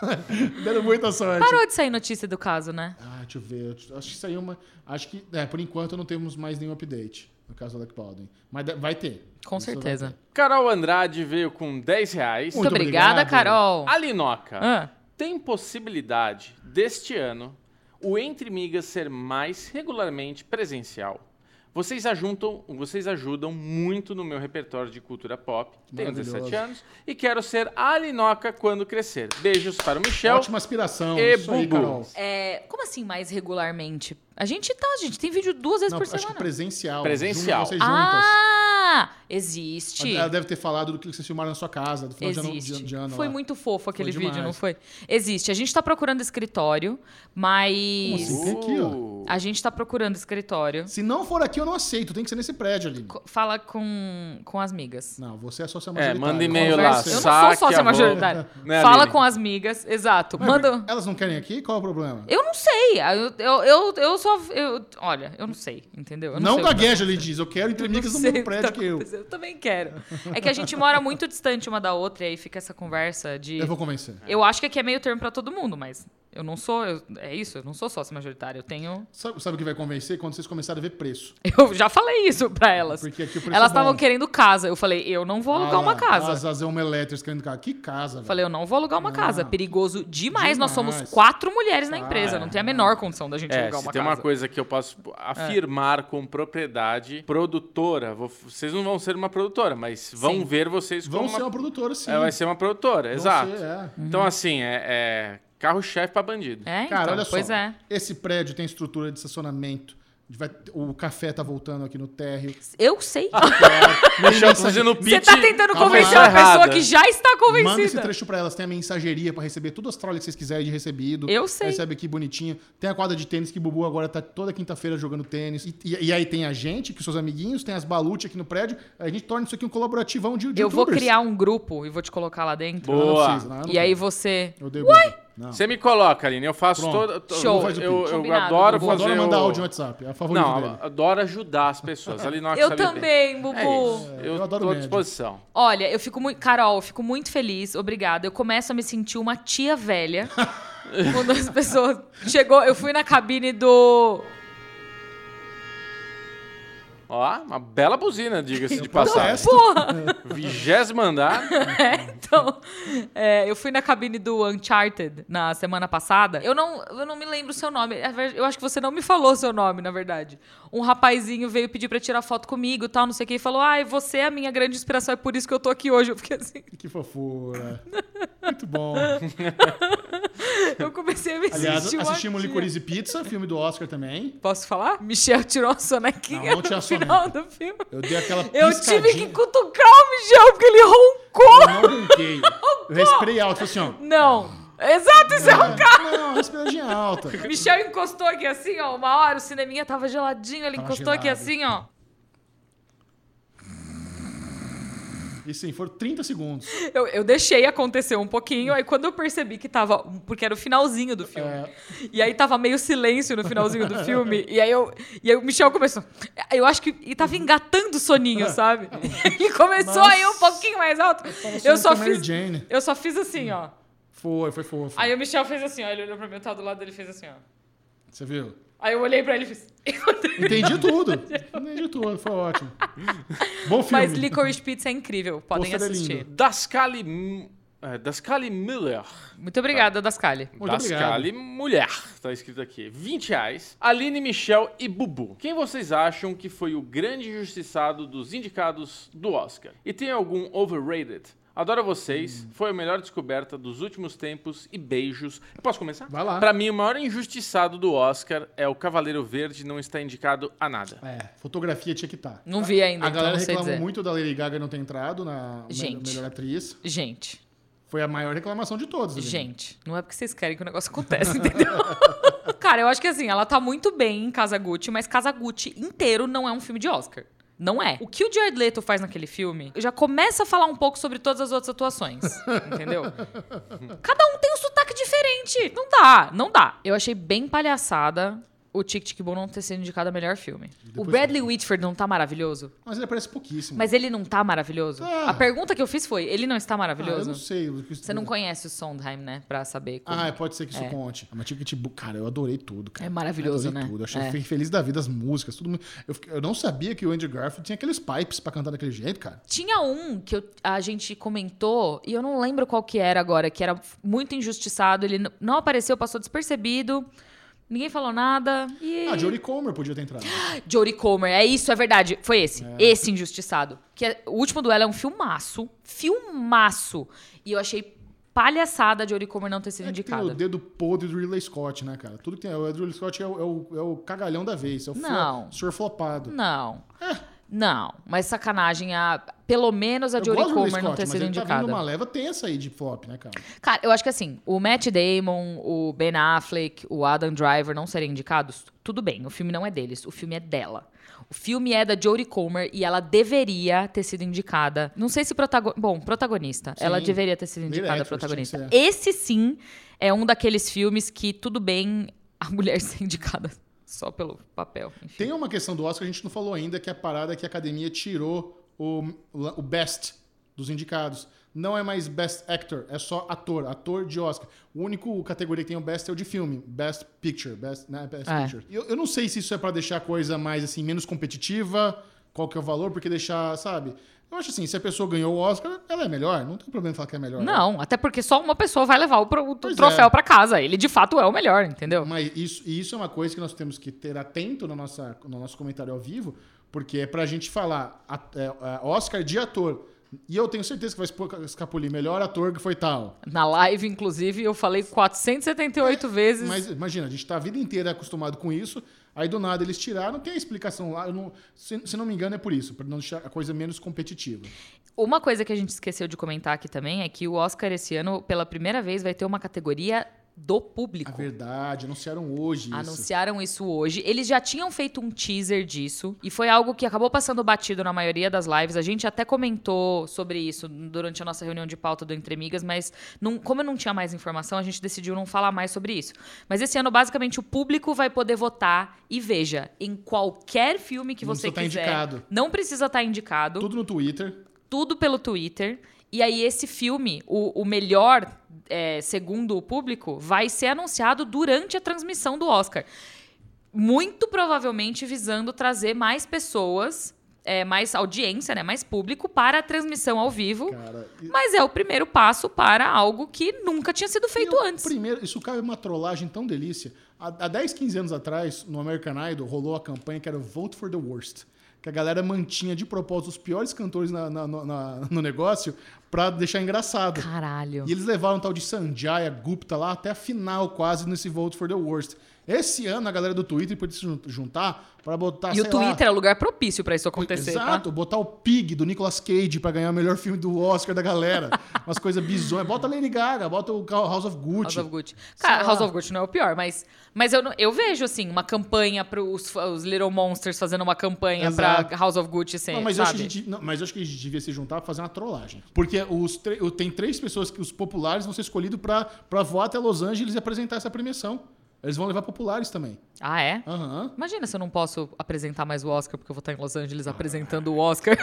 deram muita sorte.
Parou de sair notícia do caso, né?
Ah, deixa eu ver. eu Acho que saiu uma... Acho que... É, por enquanto não temos mais nenhum update no caso do Alec Baldwin. Mas de- vai ter.
Com
Isso vai
certeza.
ter.
Carol Andrade veio com 10 reais.
Muito
Muito, obrigada,
obrigado.
Carol.
A Linoca,
Ah,
tem possibilidade deste ano o Entre Migas ser mais regularmente presencial? Vocês ajuntam, vocês ajudam muito no meu repertório de cultura pop. Tenho
Maravilhoso.
17 anos e quero ser a Linoca quando crescer. Beijos para é o Michel.
Ótima aspiração.
E
Isso aí,
Bubu.
Carol.
é, como assim mais regularmente? A gente tá, gente tem vídeo duas vezes
Não,
por
acho que
semana.
presencial.
Presencial.
Jun- Vocês juntas.
ah, existe.
Ela deve ter falado do que vocês filmaram na sua casa, do final de ano- de ano.
Existe.
de ano
foi
lá.
muito fofo aquele
demais.
vídeo, não foi? Existe. A gente tá procurando escritório, mas
Como assim? Aqui, ó.
a gente tá procurando escritório.
Se não for aqui, eu não aceito. Tem que ser nesse prédio ali.
Co- Fala com, com as migas.
Não, você é sócia
É,
majoritária.
manda e-mail lá.
Conversa.
Eu não
saque
sou
a
sócia
bola.
majoritária.
Né,
Fala
Aline?
com as migas, exato.
Mas
Manda. um-
Elas não querem aqui? Qual é o problema?
Eu não sei. Eu, eu, eu, eu só. Eu, olha, eu não sei, entendeu? Eu
não
sei o que tá
gagueja, ele diz. Eu quero entre
Eu
amigas no
sei
mesmo
o que tá
prédio que eu.
acontecendo. Eu também quero. É que a gente mora muito distante uma da outra e aí fica essa conversa de.
Eu vou convencer.
Eu acho que aqui é meio termo pra todo mundo, mas eu não sou. eu- é isso, eu não sou sócio majoritário. Eu tenho.
Sabe, sabe o que vai convencer? Quando vocês começarem a ver preço.
Eu já falei isso pra elas.
Porque aqui o preço
Elas
é bom.
estavam querendo casa. Eu falei, eu não vou alugar
Ah,
uma casa.
As, as eletras querendo casa. Que casa,
Eu Falei, eu não vou alugar uma casa. É perigoso demais. Nós
Ah, Demais.
somos quatro mulheres na
Ah,
empresa. Não tem a menor condição da gente
É,
alugar
se
uma
tem
casa.
uma coisa que eu posso afirmar com propriedade, produtora, vou- vocês não vão ser uma produtora, mas vão
Sim.
ver vocês
Vão
como
ser uma
uma,
produtora, sim.
é, vai ser uma produtora,
Vão
exato.
ser, é.
Então assim, é, é carro-chefe pra bandido.
Uhum. É,
Cara,
então,
olha só.
pois é.
Esse prédio tem estrutura de estacionamento. Vai- o café tá voltando aqui no térreo.
Eu sei.
Michel tá fazendo
Você
pitch.
tá tentando
Ah, Calma
convencer
lá.
uma
Tá errada.
pessoa que já está
Manda esse
convencida.
trecho pra elas. Tem a mensageria pra receber todas as trolhas que vocês quiserem de recebido.
Eu sei.
Recebe aqui bonitinho. Tem a quadra de tênis que o Bubu agora tá toda quinta-feira jogando tênis. E, e- e aí tem a gente, que seus amiguinhos, tem as balute aqui no prédio. A gente torna isso aqui um colaborativão de, de
Eu vou
youtubers.
criar um grupo e vou te colocar lá dentro.
Boa.
Não precisa, não, não
E aí
quero.
você.
Eu dei Uai! Não.
Você me coloca, Aline, eu faço
Pronto.
todo... to-
Show.
Eu,
Faz o
eu-
pitch.
eu
Combinado,
adoro
Bubu.
Eu
fazer
adoro mandar
o...
áudio no WhatsApp. É a favorita
Não,
dele.
eu adoro ajudar as pessoas. A Linox
Eu
sabe bem.
também, Bubu.
É isso.
É, eu
Eu,
adoro
tô à
média.
disposição.
Olha, eu fico muito. Carol, eu fico muito feliz, obrigada. Eu começo a me sentir uma tia velha. quando as pessoas. Chegou, eu fui na cabine do.
Ó, uma bela buzina, diga-se de passagem.
Protesto.
Vigésimo andar.
Então, é, eu fui na cabine do Uncharted na semana passada. Eu não, eu não me lembro o seu nome. É ver- Eu acho que você não me falou o seu nome, na verdade. Um rapazinho veio pedir pra tirar foto comigo e tal, não sei o que, e falou: Ai, você é a minha grande inspiração, é por isso que eu tô aqui hoje. Eu fiquei assim,
Que fofura. Muito bom.
eu comecei a me
Aliás,
sentir. uma
assistimos
tia.
Licorice e Pizza, filme do Oscar também.
Posso falar? Michel tirou uma
Não,
sonequinha
não tinha
no final
soneca.
do filme.
Eu dei aquela
Eu
piscadinha.
tive que cutucar o Michel, porque ele roncou.
Eu não brinquei. Eu respirei alto, falei assim, ó.
Não. Exato, isso é roncar.
Não, respiradinha alta.
Michel encostou aqui assim, ó. Uma hora o cineminha tava geladinho, ele assim,
Tava
encostou aqui
gelado.
assim, ó.
E sim, foram 30 segundos.
Eu, eu deixei acontecer um pouquinho, aí quando eu percebi que tava. um, Porque era o finalzinho do filme.
É.
E aí tava meio silêncio no finalzinho do filme. E aí eu. E aí o Michel começou. Eu acho que. E tava engatando o soninho, sabe? E começou
Nossa.
aí um pouquinho mais alto.
sendo
Eu só
com a Mary
fiz.
Jane.
Eu só fiz assim, ó.
Foi, foi fofo.
Aí o Michel fez assim, ó. Ele olhou pra mim, eu tava do lado dele e fez assim, ó.
Você viu?
Aí eu olhei pra ele e fiz.
Entendi tudo. Entendi tudo, foi ótimo. Bom filme.
Mas Licorice Pizza é incrível, podem
Pôster é
assistir.
lindo.
Dascali. M- é, Dascali Miller.
Muito obrigada, Dascali.
Muito obrigado.
Dascali Mulher. Tá escrito aqui. 20 reais. Aline, Michel e Bubu. Quem vocês acham que foi o grande injustiçado dos indicados do Oscar? E tem algum overrated? Adoro vocês.
Hum.
Foi a melhor descoberta dos últimos tempos e beijos. Eu posso começar?
Vai lá.
Pra mim, o maior injustiçado do Oscar é o Cavaleiro Verde não está indicado a nada.
É, fotografia tinha que estar.
Não vi ainda,
A galera
então não sei
reclamou
dizer.
muito da Lady Gaga não ter entrado na me-
Gente.
melhor atriz.
Gente,
Foi a maior reclamação de todos. né?
gente, não é porque vocês querem que o negócio aconteça, entendeu? Cara, eu acho que assim, ela tá muito bem em Casa Gucci, mas Casa Gucci inteiro não é um filme de Oscar. Não é. O que o Jared Leto faz naquele filme já começa a falar um pouco sobre todas as outras atuações, entendeu? Cada um tem um sotaque diferente. Não dá, não dá. Eu achei bem palhaçada o Tic Tic Boom não ter sido indicado a melhor filme. o Bradley Whitford não tá maravilhoso?
Mas ele aparece pouquíssimo.
Mas ele não tá maravilhoso?
Ah.
A pergunta que eu fiz foi: ele não
Ah,
está
eu
maravilhoso?
não sei. o que-
Você não conhece o Sondheim, né? Pra saber como.
Ah, é, pode ser que isso conte. Ah, Mas tinha que te... Cara, eu adorei tudo, cara.
É maravilhoso,
adorei
né?
Tudo. Eu achei
É.
fiquei feliz da vida, as músicas, tudo. muito- Eu, fiquei- eu não sabia que o Andy Garfield tinha aqueles pipes pra cantar daquele jeito, cara.
Tinha um que eu- a gente comentou, e eu não lembro qual que era agora, que era muito injustiçado. Ele n- não apareceu, passou despercebido. Ninguém falou nada. E... Ah,
Ah, Jodie Comer podia ter entrado.
Jodie Comer, é isso, é verdade. Foi esse, esse injustiçado. Que é- o último duelo é um filmaço, filmaço. E eu achei palhaçada a Jodie Comer não ter sido
É que tem
indicada.
o dedo podre do Ridley Scott, né, cara? Tudo que tem. O Ridley Scott é o, é o- é o cagalhão da vez. É o flo-
Não.
senhor flopado.
Não. Não, mas sacanagem. A, pelo menos a
É. Eu
Jodie
gosto do Ridley
Comer não
Scott,
ter
mas
sido
ele tá
indicada.
vindo uma leva tensa aí de flop, né, cara?
Cara, eu acho que assim, o Matt Damon, o Ben Affleck, o Adam Driver não serem indicados, tudo bem. O filme não é deles, o filme é dela. O filme é da Jodie Comer e ela deveria ter sido indicada. Não sei se protagonista. Bom, protagonista.
Sim.
Ela deveria ter sido indicada
Directors,
protagonista.
tinha que
Esse sim é um daqueles filmes que tudo bem a mulher ser indicada só pelo papel. enfim.
Tem uma questão do Oscar que a gente não falou ainda, que é a parada que a academia tirou o, o best dos indicados. Não é mais best actor, é só ator, ator de Oscar. O único categoria que tem o best é o de filme, best picture, best, né, best
É.
picture. E Eu, eu não sei se isso é pra deixar a coisa mais assim menos competitiva, qual que é o valor, porque deixar, sabe? Eu acho assim, se a pessoa ganhou o Oscar, ela é melhor, não tem problema em falar que é melhor.
Não, até porque só uma pessoa vai levar o, pro- o
Pois
troféu
é.
pra casa. Ele de fato é o melhor, entendeu?
Mas isso, e isso é uma coisa que nós temos que ter atento na nossa, no nosso comentário ao vivo, porque é pra gente falar a- é, é, Oscar de ator. E eu tenho certeza que vai expo- escapulir melhor ator que foi tal.
Na live, inclusive, eu falei 478 vezes.
Mas imagina, a gente tá a vida inteira acostumado com isso, aí do nada eles tiraram, tem a explicação lá. eu não- se, se não me engano, é por isso, pra não deixar a coisa menos competitiva.
Uma coisa que a gente esqueceu de comentar aqui também é que o Oscar esse ano, pela primeira vez, vai ter uma categoria do
A
público.
verdade, anunciaram hoje isso.
Anunciaram isso hoje. Eles já tinham feito um teaser disso e foi algo que acabou passando batido na maioria das lives. A gente até comentou sobre isso durante a nossa reunião de pauta do Entre Migas, mas não- como eu não tinha mais informação, a gente decidiu não falar mais sobre isso. Mas esse ano, basicamente, o público vai poder votar e veja em qualquer filme que
Não
você
precisa tá
quiser.
indicado.
Não precisa estar indicado
Tudo no Twitter.
tudo pelo Twitter. E aí, esse filme, o, o melhor, é, segundo o público, vai ser anunciado durante a transmissão do Oscar. Muito provavelmente visando trazer mais pessoas, é, mais audiência, né, mais público para a transmissão ao vivo.
Cara, e-
Mas é o primeiro passo para algo que nunca tinha sido
E
feito
eu-
antes.
Primeiro, isso cara, é uma trollagem tão delícia. Há, há 10, 15 anos atrás, no American Idol, rolou a campanha que era Vote for the Worst. Que a galera mantinha de propósito os piores cantores na- na- no- na- no negócio pra deixar engraçado.
Caralho.
E eles levaram o tal de Sanjaya Gupta lá até a final, quase, nesse Vote for the Worst. Esse ano a galera do Twitter podia se jun- juntar pra botar.
E o
sei lá,
Twitter é o lugar propício pra isso acontecer, tá?
Exato, botar o Pig do Nicolas Cage pra ganhar o melhor filme do Oscar da galera. Umas coisas bizonhas. Bota a Lady Gaga, bota o House of Gucci.
House of Gucci. Cara,
lá.
House of Gucci não é o pior, mas, mas eu, não- eu vejo, assim, uma campanha para os, Little Monsters fazendo uma campanha pra
Exato.
House of Gucci ser,
Não, mas, eu acho
É, sabe?
que a gente, não, mas eu acho que a gente devia se juntar pra fazer uma trollagem. Porque os tre- eu- tem três pessoas que os populares vão ser escolhidos pra, pra voar até Los Angeles e apresentar essa premiação. Eles vão levar populares também.
Ah, é?
Aham.
Imagina se eu não posso apresentar mais o Oscar, porque eu vou estar em Los Angeles apresentando o Oscar.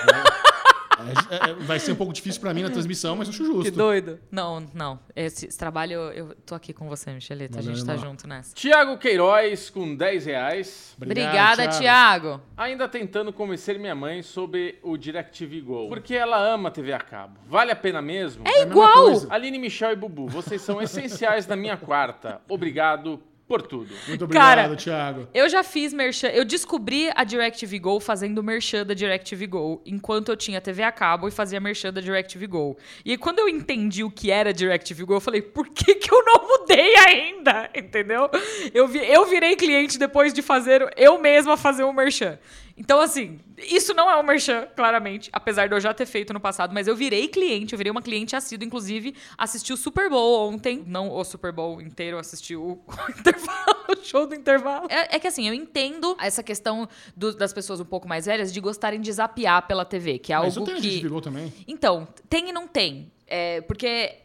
É, é, vai ser um pouco difícil pra mim na transmissão, mas eu acho
que
justo.
doido. Não, não. Esse, esse trabalho, eu tô aqui com você, Micheleta. A
Valeu,
gente tá
irmão.
junto nessa.
Tiago Queiroz com 10 reais.
Obrigado,
Obrigada,
Thiago.
Thiago.
Ainda tentando convencer minha mãe sobre o DirecTV Go. Porque ela ama TV a cabo. Vale a pena mesmo?
É
mesma
igual!
coisa.
Aline, Michel e Bubu, vocês são essenciais na minha quarta. Obrigado por tudo.
Muito obrigado,
Cara, é
Thiago.
Eu já fiz merchan. Eu descobri a DirecTV Go fazendo merchan da DirecTV Go enquanto eu tinha TV a cabo e fazia merchan da DirecTV Go. E aí, quando eu entendi o que era DirecTV Go, eu falei, por que, que eu não mudei ainda? Entendeu? Eu, vi- eu virei cliente depois de fazer eu mesma fazer um merchan. Então, assim, isso não é um merchan, claramente, apesar de eu já ter feito no passado, mas eu virei cliente, eu virei uma cliente assídua, inclusive assisti o Super Bowl ontem, não o Super Bowl inteiro, eu assisti o, o intervalo, o show do intervalo. É, é que assim, eu entendo essa questão do- das pessoas um pouco mais velhas de gostarem de zapear pela TV, que é
Mas eu
algo
tenho gente
que...
que virou também.
Então, tem e não tem. É, porque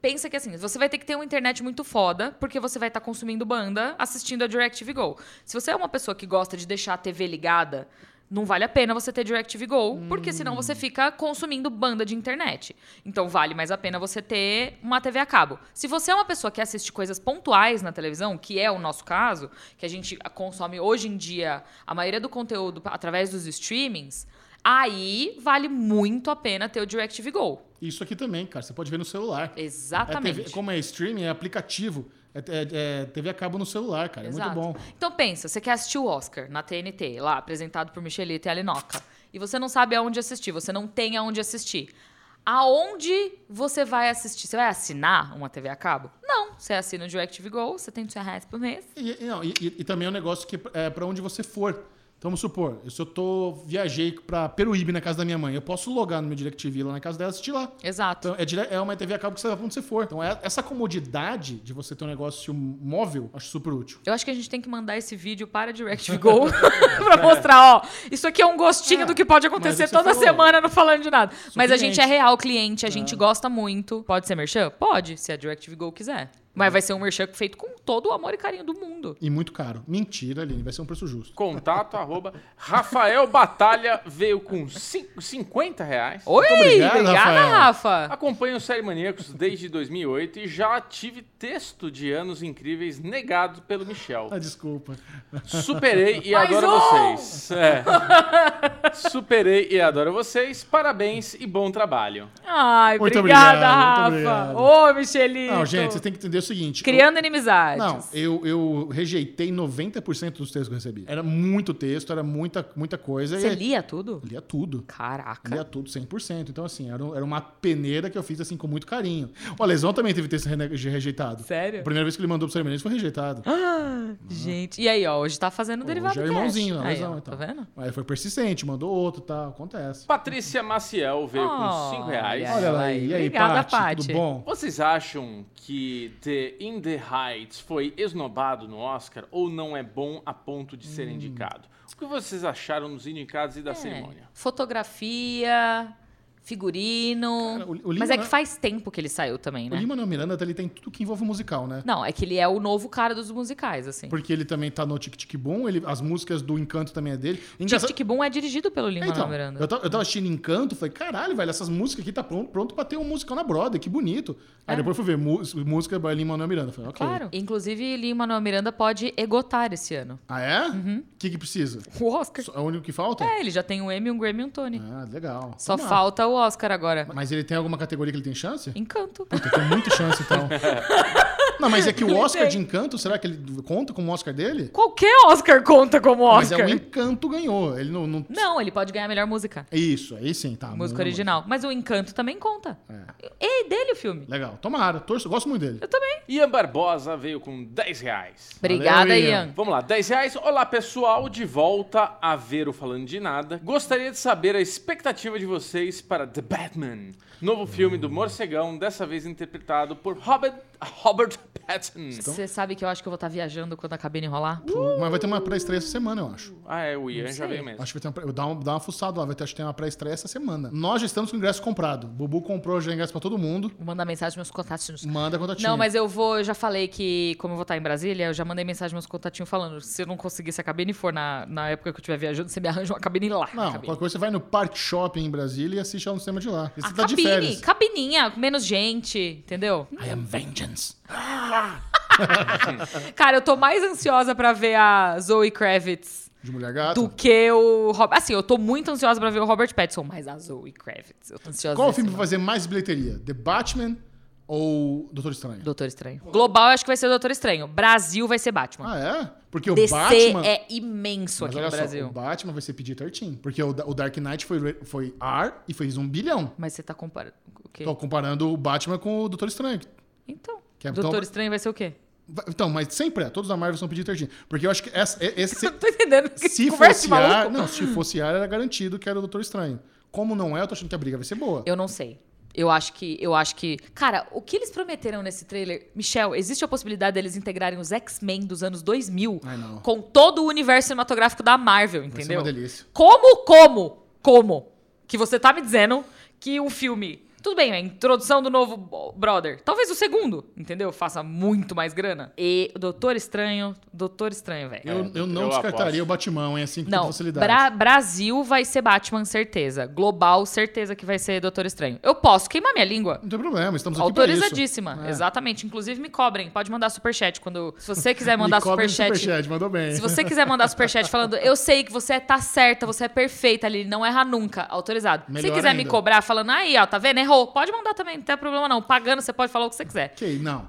pensa que assim, você vai ter que ter uma internet muito foda, porque você vai estar consumindo banda assistindo a DirecTV Go. Se você é uma pessoa que gosta de deixar a TV ligada, não vale a pena você ter DirecTV Go, porque senão você fica consumindo banda de internet. Então vale mais a pena você ter uma TV a cabo. Se você é uma pessoa que assiste coisas pontuais na televisão, que é o nosso caso, que a gente consome hoje em dia a maioria do conteúdo através dos streamings, aí vale muito a pena ter o DirecTV Go.
Isso aqui também, cara. Você pode ver no celular. É
Exatamente.
TV como é streaming, é aplicativo. É, é- é TV a cabo no celular, cara. É
Exato.
muito bom.
Então pensa, você quer assistir o Oscar na TNT, lá apresentado por Michelita e Alinoca, e você não sabe aonde assistir, você não tem aonde assistir. Aonde você vai assistir? Você vai assinar uma TV a cabo? Não, você assina o DirecTV Go, você tem 100 reais por mês.
E, e não, e- e- e também é um negócio que é pra onde você for. Então, vamos supor, se eu tô, viajei pra Peruíbe na casa da minha mãe, eu posso logar no meu DirecTV lá na casa dela e assistir lá.
Exato.
Então, é, dire- é uma TV a cabo que você vai pra onde você for. Então, é- essa comodidade de você ter um negócio móvel, acho super útil.
Eu acho que a gente tem que mandar esse vídeo para a DirectV Go pra mostrar, ó, isso aqui é um gostinho
É,
do que pode
mas é
acontecer
o que
toda
você falou.
semana não falando de nada. mas a gente
cliente.
é real cliente, a gente gosta muito. Pode ser merchan? Pode, se a DirectV Go quiser.
Uhum.
Mas vai ser um merchan feito com todo o amor e carinho do mundo.
E muito caro. Mentira, Aline, vai ser um preço justo.
Contato, arroba. Rafael Batalha veio com cin- 50 reais.
Oi,
obrigado,
obrigada,
Rafael.
Rafa.
Acompanho o Série Maníacos desde 2008 e já tive texto de anos incríveis negado pelo Michel.
Ah, desculpa.
Superei e
Mais
adoro
um!
vocês. É. Superei e adoro vocês. Parabéns e bom trabalho.
Ai,
Muito
obrigada,
obrigado,
Rafa.
muito obrigado.
Ô, Michelito.
Não, gente, vocês têm que entender o seguinte.
Criando inimizades.
Não, eu, eu rejeitei 90% dos textos que eu recebi. Era muito texto, era muita, muita coisa.
Você
e
lia tudo?
eu lia tudo.
Caraca.
é- Lia tudo 100%. Então, assim, era, um- era uma peneira que eu fiz, assim, com muito carinho. O Lesão também teve texto rene- rejeitado. A
Sério?
primeira vez que ele mandou pro Sérgio foi rejeitado.
Ah, gente. E aí, ó, hoje tá fazendo
Hoje
derivado
é
cast.
irmãozinho, então. a
Aí,
lesão
ó,
e
Tá
tal.
vendo?
Aí foi persistente, mandou outro, tá, acontece.
Patrícia Maciel veio
Olha
com 5 reais.
aí.
Olha lá aí, e aí,
É, Obrigada,
Paty,
Paty.
tudo bom?
Vocês acham que The In The Heights foi esnobado no Oscar ou não é bom a ponto de ser indicado? O que vocês acharam dos indicados e da
Hum. É.
cerimônia?
Fotografia, figurino.
Cara, o- o
Mas
Lima
é que
não-
faz tempo que ele saiu também,
O
né?
Lima Manuel Miranda, ele tem tudo que envolve musical, né?
Não, é que ele é o novo cara dos musicais, assim.
Porque ele também tá no Tic Tic Boom, ele, as músicas do Encanto também é dele.
Tic
Engraçado-
Tic Boom é dirigido pelo Lima
então,
Miranda.
eu tava, eu tava assistindo Encanto, falei, caralho, velho, essas músicas aqui tá pronto, pronto pra ter um musical na Broadway, que bonito. Aí
É.
depois eu fui ver mu- música by Lima Manuel Miranda. Falei, ok.
Claro. Inclusive, Lima Miranda pode egotar esse ano.
Ah, é? O que, que precisa?
O Oscar.
É o único que falta?
Uhum. É, ele já tem um Emmy, um Grammy e um Tony.
Ah, legal.
Só
Tomara.
falta o Oscar agora.
Mas ele tem alguma categoria que ele tem chance?
Encanto.
Puta, tem muita chance, então. Não, mas é que o Oscar de Encanto, será que ele conta como o Oscar dele?
Qualquer Oscar conta como
Mas
Oscar.
é o Encanto ganhou. Ele não. não...
Não, ele pode ganhar a melhor música.
É Isso, aí sim, tá. Não,
música
não-
original. Mas o Encanto também conta.
É.
É dele o filme.
Legal. Tomara, torço, gosto muito dele.
Eu também.
Ian Barbosa veio com 10 reais.
Obrigada,
Valeu, Ian.
Ian.
Vamos lá, 10 reais. Olá pessoal, de volta a ver o Falando de Nada. Gostaria de saber a expectativa de vocês para The Batman, novo filme
Hum.
do morcegão, dessa vez interpretado por Robert, Robert Pattinson.
Então?
Você sabe que eu acho que eu vou estar viajando quando a cabine rolar?
Mas vai ter uma pré-estreia essa semana, eu acho.
Ah, é, o Ian
Não sei.
já veio mesmo.
Acho que vai ter uma, pré- dá, uma, dá uma fuçada lá, vai ter, acho que tem uma pré-estreia essa semana. Nós já estamos com o ingresso comprado. Bubu comprou já ingresso pra todo mundo.
Vou mandar mensagem meus contatos.
Manda quando
Não, mas eu vou, eu já falei que, como eu vou estar em Brasília, eu já mandei mensagem meus contatinhos falando: se eu não conseguir se a cabine for na, na época que eu estiver viajando, você me arranja uma cabine lá. na
Não,
cabine.
qualquer coisa você vai no Park Shopping em Brasília e assiste ao cinema de lá. E você
A
tá de
cabine,
férias.
cabininha, com menos gente, entendeu?
I am vengeance.
Cara, eu tô mais ansiosa pra ver a Zoe Kravitz
De mulher gata.
do que o Robert. Assim, eu tô muito ansiosa pra ver o Robert Pattinson, mas a Zoe Kravitz, eu tô ansiosa.
Qual o
nesse
filme vai
momento.
fazer mais bilheteria? The Batman ou Doutor Estranho?
Doutor Estranho. Global, eu acho que vai ser o Doutor Estranho. Brasil vai ser Batman.
Ah, é? Porque o
DC
Batman.
é imenso
Mas
aqui no
olha só,
Brasil.
o Batman vai ser PG-13. Porque o, da- o Dark Knight foi, re- foi R e fez um bilhão.
Mas você tá comparando o quê?
Tô comparando o Batman com o Doutor Estranho.
Então,
Que é-
Doutor
então-
Estranho vai ser o quê?
Vai- Então, mas sempre é. Todos da Marvel são PG-13. Porque eu acho que essa- e- esse.
Não tô entendendo. Que
se
conversa de
fosse ar,
maluco.
não, se fosse ar, era garantido que era o Doutor Estranho. Como não é, eu tô achando que a briga vai ser boa.
Eu não sei. Eu acho que. Eu acho que. Cara, o que eles prometeram nesse trailer. Michel, existe a possibilidade deles integrarem os X-Men dos anos 2000
Ai, não.
com todo o universo cinematográfico da Marvel,
Vai ser
entendeu?
uma delícia.
Como, como, como que você tá me dizendo que um filme. Tudo bem, a introdução do novo bo- brother. Talvez o segundo, entendeu? Faça muito mais grana. E o Doutor Estranho, Doutor Estranho, velho.
É, Eu, eu não
eu
descartaria
aposto.
o Batman, hein, assim, com
Não,
toda facilidade.
Bra- Brasil vai ser Batman, certeza. Global, certeza que vai ser Doutor Estranho. Eu posso queimar minha língua.
Não tem problema, estamos aqui pra isso.
Autorizadíssima,
É.
exatamente. Inclusive, me cobrem. Pode mandar superchat quando. Se você quiser mandar
Me cobre no
superchat.
superchat, mandou bem.
Se você quiser mandar superchat falando, eu sei que você tá certa, você é perfeita, Lili, não erra nunca. Autorizado. Se
Melhor
quiser me
ainda.
cobrar falando, aí, ó, tá vendo? Errou. Pode mandar também, não tem problema não. Pagando, você pode falar o que você quiser.
Ok, não.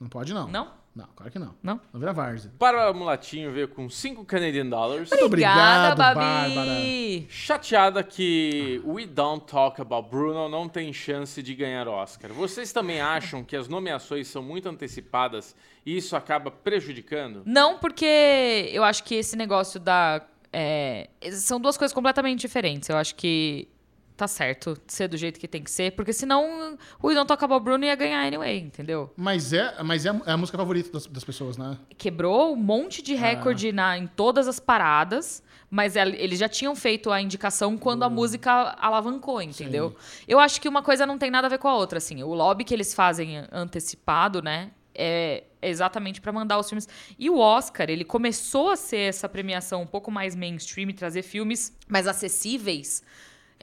Não pode, não.
Não?
Não, claro que não.
Não?
Não vira várzea.
Para o Mulatinho veio com 5 Canadian Dollars.
Muito obrigado,
Obrigada,
Bárbara.
Babi.
Chateada que We Don't Talk About Bruno não tem chance de ganhar Oscar. Vocês também acham que as nomeações são muito antecipadas e isso acaba prejudicando?
Não, porque eu acho que esse negócio da. é, são duas coisas completamente diferentes. Eu acho que tá certo ser do jeito que tem que ser, porque senão o Idão Toca Bob Bruno ia ganhar anyway, entendeu?
Mas é, mas é, a- é a música favorita das, das pessoas, né?
Quebrou um monte
Ah.
de recorde na, em todas as paradas, mas el- eles já tinham feito a indicação quando
Hum.
a música alavancou, entendeu? Eu acho que uma coisa não tem nada a ver com a outra, assim. O lobby que eles fazem antecipado, né? É é exatamente pra mandar os filmes. E o Oscar, ele começou a ser essa premiação um pouco mais mainstream, trazer filmes mais acessíveis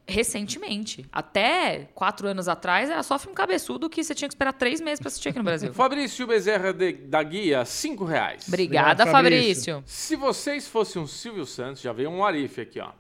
recentemente. Até quatro anos atrás, era só filme cabeçudo que você tinha que esperar três meses pra assistir aqui no Brasil.
Fabrício Bezerra de- da Guia, 5 reais.
Obrigada,
Obrigado, Fabrício.
Fabrício.
Se vocês fossem um Silvio Santos, já veio um Arif aqui, ó.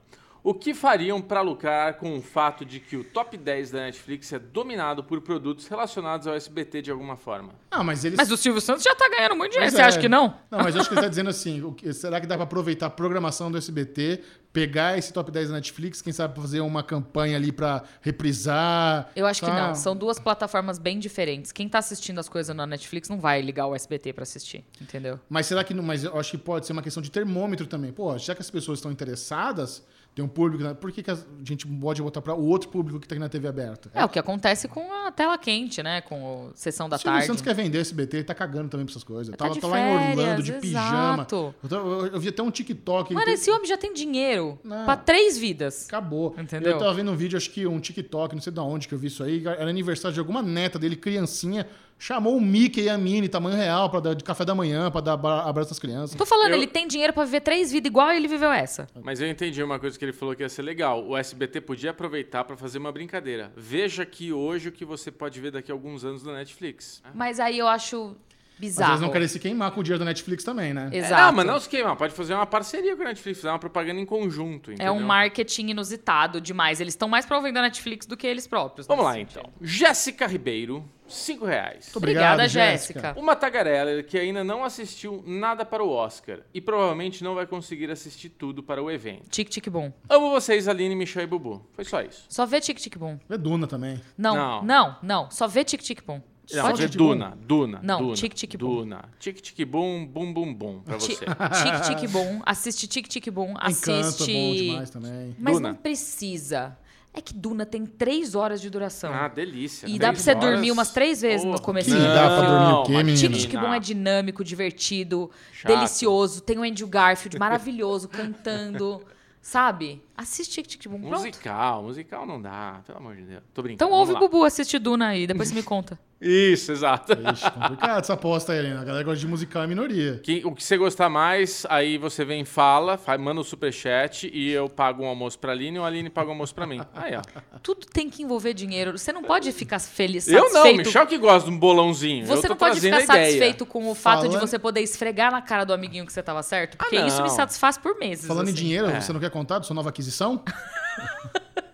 O que fariam para lucrar com o fato de que o top 10 da Netflix é dominado por produtos relacionados ao SBT de alguma forma?
Ah, mas eles.
Mas o Silvio Santos já tá ganhando muito dinheiro.
Pois
Você
é.
acha que não?
Não, mas eu acho que ele tá dizendo assim: o que- será que dá pra aproveitar a programação do SBT, pegar esse top 10 da Netflix, quem sabe fazer uma campanha ali pra reprisar?
Eu acho que
tá?
não. São duas plataformas bem diferentes. Quem tá assistindo as coisas na Netflix não vai ligar o SBT pra assistir, entendeu?
Mas será que não? Mas eu acho que pode ser uma questão de termômetro também. Pô, já que as pessoas estão interessadas, tem um público. né? Por que, que a gente pode botar pra o outro público que tá aqui na TV aberta?
É, o que acontece com a tela quente, né? Com o Sessão da
O Silvio
Tarde.
Santos quer vender SBT, ele tá cagando também pra essas coisas.
Tá
tava
de
tá lá em Orlando,
férias,
de
exato.
pijama. Eu, tava- eu- eu vi até um TikTok. ele
Mano,
teve-
esse homem já tem dinheiro
Não.
pra três vidas.
Acabou.
Entendeu?
Eu tava vendo um vídeo, acho que um TikTok, não sei de onde que eu vi isso aí. Era aniversário de alguma neta dele, criancinha. Chamou o Mickey e a Minnie, tamanho real, pra dar de café da manhã, pra dar abra- abraço às crianças.
Tô falando,
Eu-
ele tem dinheiro pra viver três vidas igual ele viveu essa.
Mas eu entendi uma coisa que ele falou que ia ser legal. O SBT podia aproveitar para fazer uma brincadeira. Veja aqui hoje o que você pode ver daqui a alguns anos na Netflix. É.
Mas aí eu acho
Às vezes
Bizarro.
não querem se queimar com o dinheiro da Netflix também, né?
Exato.
Não, mas não se queimar. Pode fazer uma parceria com a Netflix, fazer uma propaganda em conjunto.
É
Entendeu?
um marketing inusitado demais. Eles estão mais promovendo a Netflix do que eles próprios.
Vamos lá,
nesse sentido.
então. Jéssica Ribeiro, 5 reais.
Muito
Obrigada,
Obrigado, Jéssica.
Jéssica.
Uma tagarela que ainda não assistiu nada para o Oscar e provavelmente não vai conseguir assistir tudo para o evento.
Tic Tic Boom.
Amo vocês, Aline, Michel e Bubu. Foi só isso.
Só vê Tic Tic Boom.
É Duna também.
Não,
Não.
não, não. Só vê Tic Tic Boom.
Não,
Só um
Pode
é
tic-tic-boom?
Duna, Duna,
Não,
Duna,
tic-tic-boom.
Duna, tic tic bum, bum bum bum pra
Ti-
você.
Tic Tic Boom. Assiste Tic Tic Boom.
Encanto é
Assiste.
bom demais também.
Mas
Duna.
não precisa. É que Duna tem três horas de duração.
Ah, delícia.
E dá
Três
pra você
horas.
dormir umas três vezes no
Porra.
começo.
Que dá pra dormir o quê,
Não,
menina?
Tic Tic Boom é dinâmico, divertido,
Chato.
delicioso. Tem o Andrew Garfield maravilhoso cantando. Sabe? Assiste Tic Tic Boom. Pronto.
Musical, musical não dá, pelo amor de Deus. Tô brincando.
Então ouve o
vamos lá.
Bubu, assiste Duna aí, depois você me conta.
Isso, exato.
Ixi, complicado essa aposta aí, Helena. A galera gosta de musical é minoria.
Que- o que você gostar mais, aí você vem e fala, fa- manda o superchat e eu pago um almoço pra Aline e o Aline paga um almoço pra mim. Aí, ó.
Tudo tem que envolver dinheiro. Você não pode ficar feliz,
Eu não,
satisfeito.
Michel que gosta de um bolãozinho. eu
Você
tô
não pode
trazendo
ficar
a ideia.
satisfeito com o fato de
Falando-
você poder esfregar na cara do amiguinho que você tava certo? Porque isso me
Ah, não.
satisfaz por meses.
Falando em
assim.
dinheiro, você não quer contar da sua nova aquisição?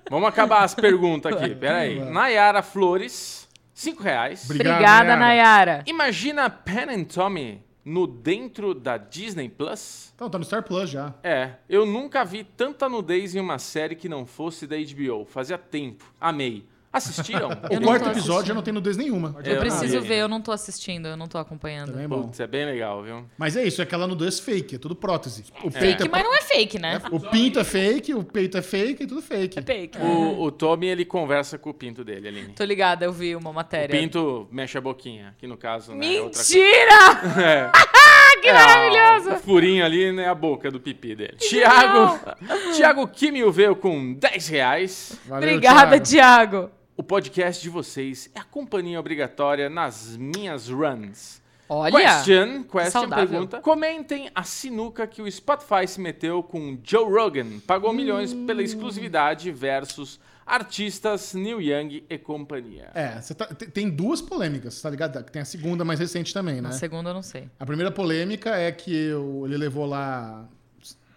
Vamos acabar as perguntas aqui, peraí. Nayara Flores, 5 reais.
Obrigado.
Obrigada, Nayara.
Imagina Pen and Tommy no dentro da Disney Plus?
Então, tá no Star Plus já.
É, eu nunca vi tanta nudez em uma série que não fosse da HBO. Fazia tempo. Amei. Assistiram?
O
não
quarto
tô
episódio já não tem nudez nenhuma.
Eu
Eu
preciso
vi.
ver, eu não tô assistindo, eu não tô acompanhando.
Também é bom.
Putz, é bem legal, viu?
Mas é isso, é aquela nudez fake, é tudo prótese. O peito
Fake,
é,
mas não é fake, né?
O pinto é fake, o peito é fake, é tudo fake.
É fake.
O, o Tommy, ele conversa com o pinto dele, Aline.
Tô ligada, eu vi uma
O
matéria.
pinto mexe a boquinha, que no caso, né? é outra
Mentira!
coisa. É.
que
É,
maravilhoso!
O furinho ali, né? A boca do pipi dele. Tiago, Tiago Kimil veio com 10 reais.
Valeu,
Obrigada,
Thiago.
Thiago.
O podcast de vocês é a companhia obrigatória nas minhas runs.
Olha,
question, question
saudável.
pergunta. Comentem a sinuca que o Spotify se meteu com Joe Rogan.
Hum.
Pagou milhões pela exclusividade versus artistas Neil Young e companhia.
É, você tá- te- tem duas polêmicas, tá ligado? Tem a segunda mais recente também, né?
na segunda eu não sei.
A primeira polêmica é que o- ele levou lá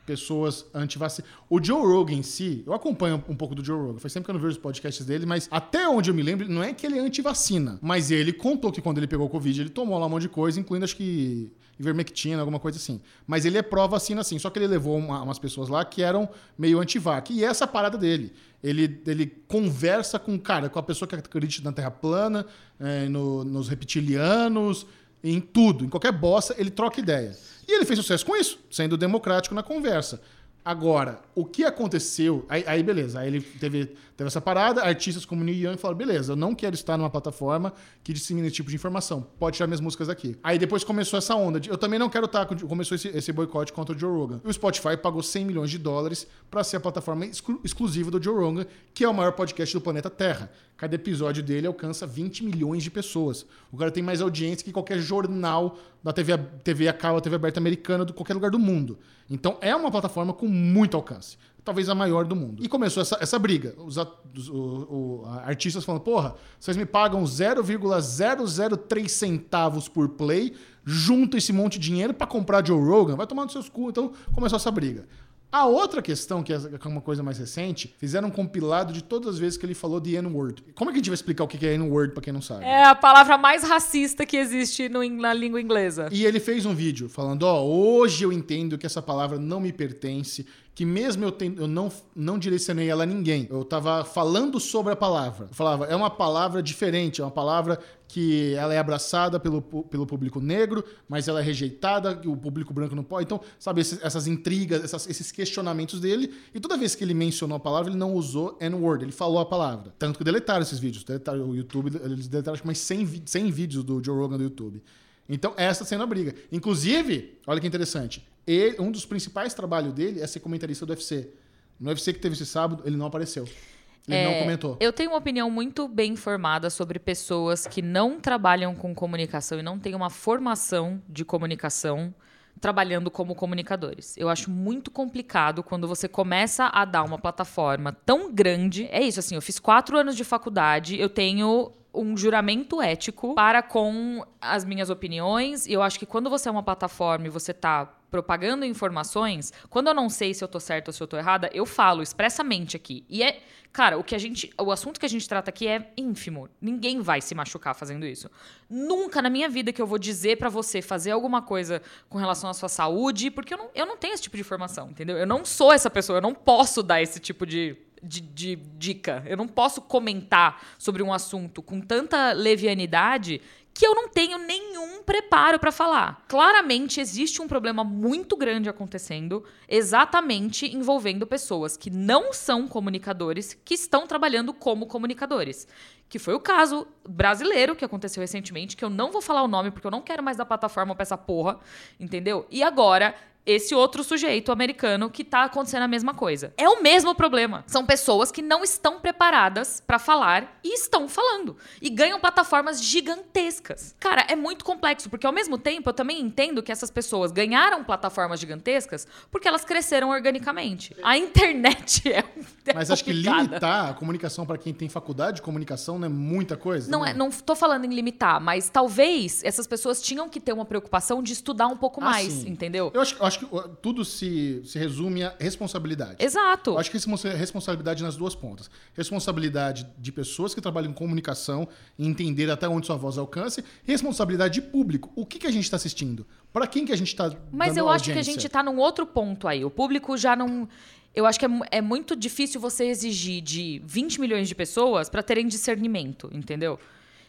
pessoas anti-vacina. O Joe Rogan em si, eu acompanho um pouco do Joe Rogan, faz sempre que eu não vejo os podcasts dele, mas até onde eu me lembro, não é que ele é anti-vacina, mas ele contou que quando ele pegou o Covid, ele tomou lá um monte de coisa, incluindo acho que ivermectina, alguma coisa assim. Mas ele é pró-vacina sim, só que ele levou uma- umas pessoas lá que eram meio anti-vac. E essa é a parada dele. Ele, ele conversa com o cara, com a pessoa que acredita na Terra plana, eh, no- nos reptilianos, em tudo, em qualquer bosta, ele troca ideia. E ele fez sucesso com isso, sendo democrático na conversa. Agora, o que aconteceu? Aí, aí, beleza, aí ele teve, teve essa parada, artistas como Neil Young falaram, beleza, eu não quero estar numa plataforma que dissemina esse tipo de informação, pode tirar minhas músicas aqui. Aí depois começou essa onda, de, eu também não quero estar, com- começou esse, esse boicote contra o Joe Rogan. E o Spotify pagou 100 milhões de dólares para ser a plataforma exclu- exclusiva do Joe Rogan, que é o maior podcast do planeta Terra. Cada episódio dele alcança 20 milhões de pessoas. O cara tem mais audiência que qualquer jornal da TV, a- TV a cabo, TV aberta americana, de qualquer lugar do mundo. Então é uma plataforma com muito alcance. Talvez a maior do mundo. E começou essa, essa briga. Os at- os- o- o- a- artistas falando, porra, vocês me pagam 0,003 centavos por play, junta esse monte de dinheiro pra comprar Joe Rogan, vai tomar nos seus cu. Então começou essa briga. A outra questão, que é uma coisa mais recente, fizeram um compilado de todas as vezes que ele falou de N-word. Como é que a gente vai explicar o que é N-word pra quem não sabe?
É a palavra mais racista que existe no, in- na língua inglesa.
E ele fez um vídeo falando: Ó, hoje eu entendo que essa palavra não me pertence, que mesmo eu, ten- eu não, não direcionei ela a ninguém. Eu tava falando sobre a palavra. Eu falava, é uma palavra diferente, é uma palavra que ela é abraçada pelo, pu- pelo público negro, mas ela é rejeitada, e o público branco não pode. Então, sabe, esses- essas intrigas, essas- esses questionamentos dele. E toda vez que ele mencionou a palavra, ele não usou N-word, ele falou a palavra. Tanto que deletaram esses vídeos. Deletaram o YouTube, eles deletaram acho que mais 100, vi- 100 vídeos do Joe Rogan do YouTube. Então, essa sendo a briga. Inclusive, olha que interessante, ele- um dos principais trabalhos dele é ser comentarista do UFC. No UFC que teve esse sábado, ele não apareceu. Ele não
É,
comentou.
Eu tenho uma opinião muito bem formada sobre pessoas que não trabalham com comunicação e não têm uma formação de comunicação trabalhando como comunicadores. Eu acho muito complicado quando você começa a dar uma plataforma tão grande. É isso, assim, eu fiz quatro anos de faculdade, eu tenho um juramento ético para com as minhas opiniões. E eu acho que quando você é uma plataforma e você tá propagando informações, quando eu não sei se eu tô certa ou se eu tô errada, eu falo expressamente aqui. E é, cara, o que a gente, o assunto que a gente trata aqui é ínfimo. Ninguém vai se machucar fazendo isso. Nunca na minha vida que eu vou dizer pra você fazer alguma coisa com relação à sua saúde, porque eu não, eu não tenho esse tipo de informação, entendeu? Eu não sou essa pessoa, eu não posso dar esse tipo de de, de dica. Eu não posso comentar sobre um assunto com tanta levianidade que eu não tenho nenhum preparo para falar. Claramente existe um problema muito grande acontecendo, exatamente envolvendo pessoas que não são comunicadores, que estão trabalhando como comunicadores. Que foi o caso brasileiro que aconteceu recentemente, que eu não vou falar o nome porque eu não quero mais dar plataforma pra essa porra, entendeu? E agora esse outro sujeito americano que tá acontecendo a mesma coisa. É o mesmo problema. São pessoas que não estão preparadas pra falar e estão falando e ganham plataformas gigantescas. Cara, é muito complexo porque ao mesmo tempo eu também entendo que essas pessoas ganharam plataformas gigantescas porque elas cresceram organicamente. A internet é, um- é
Mas acho que
complicada.
limitar a comunicação para quem tem faculdade de comunicação não é muita coisa?
Não,
né?
é, não tô falando em limitar, mas talvez essas pessoas tinham que ter uma preocupação de estudar um pouco
Ah,
mais,
sim.
entendeu?
Eu acho, eu acho que ó, tudo se, se resume a responsabilidade.
Exato.
Eu acho que responsa- responsabilidade nas duas pontas. Responsabilidade de pessoas que trabalham em comunicação e entender até onde sua voz alcance. E responsabilidade de público. O que, que a gente está assistindo? Para quem que a gente tá está
Mas eu acho que a gente tá num outro ponto aí. O público já não. Eu acho que é, mu- é muito difícil você exigir de 20 milhões de pessoas pra terem discernimento, entendeu?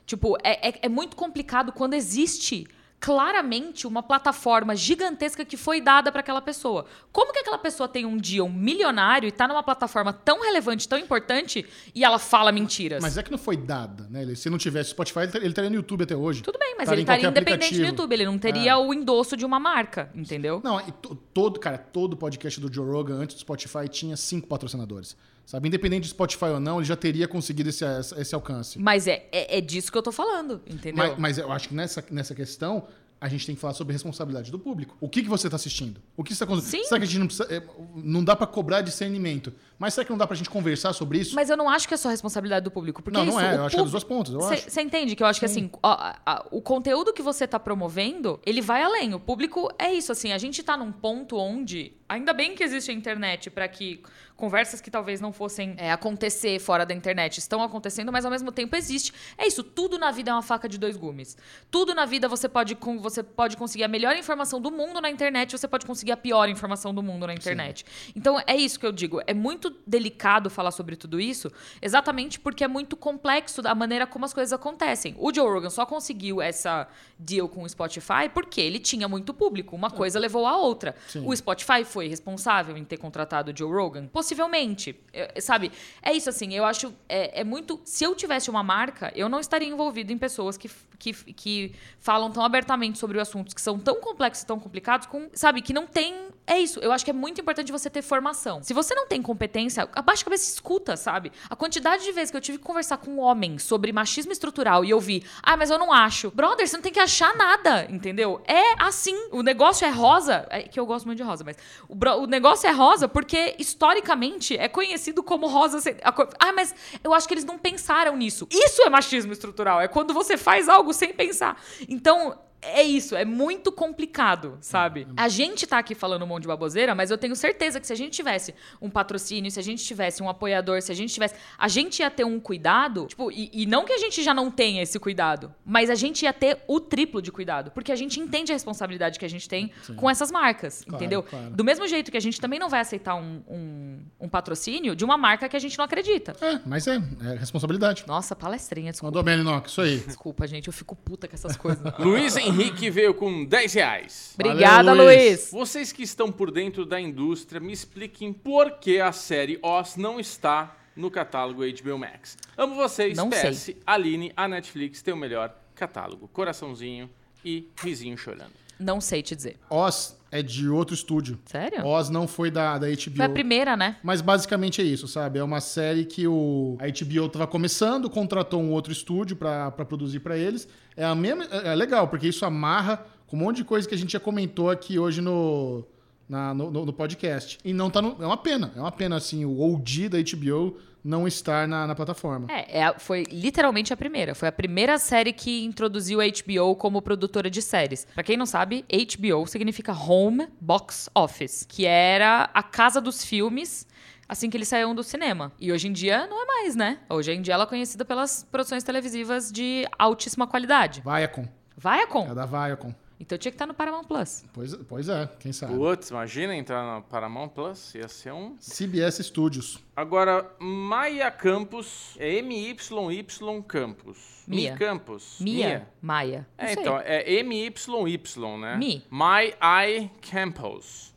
Tipo, é, é- é muito complicado quando existe claramente uma plataforma gigantesca que foi dada pra aquela pessoa. Como que aquela pessoa tem um dia um milionário e tá numa plataforma tão relevante, tão importante e ela fala mentiras?
Mas é que não foi dada, né? Ele- Se não tivesse Spotify, ele tar- ele estaria no YouTube até hoje.
Tudo bem, mas
Estaria
ele
tá em
estaria
qualquer
independente do
aplicativo. É.
YouTube, ele não teria o endosso de uma marca, entendeu?
Não, e to- todo, cara, todo podcast do Joe Rogan antes do Spotify tinha cinco patrocinadores. Sabe, independente do Spotify ou não, ele já teria conseguido esse, essa- esse alcance.
Mas é, é, é disso que eu tô falando, entendeu?
Mas, mas eu acho que nessa, nessa questão a gente tem que falar sobre responsabilidade do público. O que, que você está assistindo? O que está acontecendo?
Sim.
Será que a gente não precisa. é, Não dá para cobrar discernimento. Mas será que não dá pra gente conversar sobre isso?
Mas eu não acho que é só responsabilidade do público. Porque
não,
isso,
não é.
o
Eu acho que é dos dois pontos. Eu acho.
Você entende que eu acho que assim, ó, a- a- o conteúdo que você tá promovendo, ele vai além. O público é isso, assim, a gente tá num ponto onde. Ainda bem que existe a internet para que conversas que talvez não fossem é, acontecer fora da internet estão acontecendo, mas ao mesmo tempo existe. É isso, tudo na vida é uma faca de dois gumes. Tudo na vida você pode, con- você pode conseguir a melhor informação do mundo na internet, você pode conseguir a pior informação do mundo na internet. Então é isso que eu digo. É muito delicado falar sobre tudo isso, exatamente porque é muito complexo a maneira como as coisas acontecem. O Joe Rogan só conseguiu essa deal com o Spotify porque ele tinha muito público. Uma coisa levou à outra.
Sim.
O Spotify foi responsável em ter contratado o Joe Rogan? Possivelmente. Eu- sabe? É isso assim, eu acho. É, é muito. Se eu tivesse uma marca, eu não estaria envolvido em pessoas que, f- que, f- que falam tão abertamente sobre assuntos que são tão complexos e tão complicados, com, sabe, que não tem. É isso. Eu acho que é muito importante você ter formação. Se você não tem competência, abaixa a cabeça e escuta, sabe? A quantidade de vezes que eu tive que conversar com um homem sobre machismo estrutural e eu vi, ah, mas eu não acho. Brother, você não tem que achar nada, entendeu? É assim. O negócio é rosa, é que eu gosto muito de rosa, mas o, bro- o negócio é rosa porque historicamente é conhecido como rosa. se- a co- Ah, mas eu acho que eles não pensaram nisso. Isso é machismo estrutural. É quando você faz algo sem pensar. Então, é isso, é muito complicado, sabe?
Uhum.
A gente tá aqui falando um monte de baboseira, mas eu tenho certeza que se a gente tivesse um patrocínio, se a gente tivesse um apoiador, se a gente tivesse. A gente ia ter um cuidado, tipo, e, e não que a gente já não tenha esse cuidado, mas a gente ia ter o triplo de cuidado, porque a gente entende a responsabilidade que a gente tem com essas marcas,
Claro,
entendeu?
claro.
Do mesmo jeito que a gente também não vai aceitar um, um- um patrocínio de uma marca que a gente não acredita.
É, mas é, é responsabilidade.
Nossa, palestrinha, desculpa.
Mandou bem, Linox. Isso aí.
Desculpa, gente, eu fico puta com essas coisas.
Luiz Henrique veio com 10 reais.
Obrigada,
Valeu, Luiz.
Luiz.
Vocês que estão por dentro da indústria, me expliquem por que a série Oz não está no catálogo HBO Max. Amo vocês,
Não
PS, Aline, a Netflix tem o melhor catálogo. Coraçãozinho e risinho chorando.
Não sei te dizer.
Oz é de outro estúdio.
Sério?
Oz não foi da, da HBO.
Foi a primeira, né?
Mas basicamente é isso, sabe? É uma série que o a HBO tava começando, contratou um outro estúdio pra pra produzir pra eles. É a mesma, é é legal porque isso amarra com um monte de coisa que a gente já comentou aqui hoje no na- no, no- no podcast. E não tá no, é uma pena, é uma pena assim, o OG da HBO não estar na, na plataforma.
É, é a- foi literalmente a primeira. Foi a primeira série que introduziu a HBO como produtora de séries. Pra quem não sabe, HBO significa Home Box Office, que era a casa dos filmes assim que eles saíam do cinema. E hoje em dia não é mais, né? Hoje em dia ela é conhecida pelas produções televisivas de altíssima qualidade.
Viacom. É
Viacom.
da Viacom.
Então tinha que estar no Paramount Plus.
Pois, pois é, quem
Ah.
sabe.
Putz, imagina entrar na Paramount Plus, ia ser um.
CBS Studios.
Agora, Maia Campos, é MYY Campos.
Mia.
Mi Campos.
Mia, Maia.
É,
Não sei.
então, é MYY, né?
Mi.
My I Campos.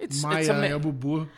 It's,
Mai
it's a
Ai,
ma-
é o Bubu.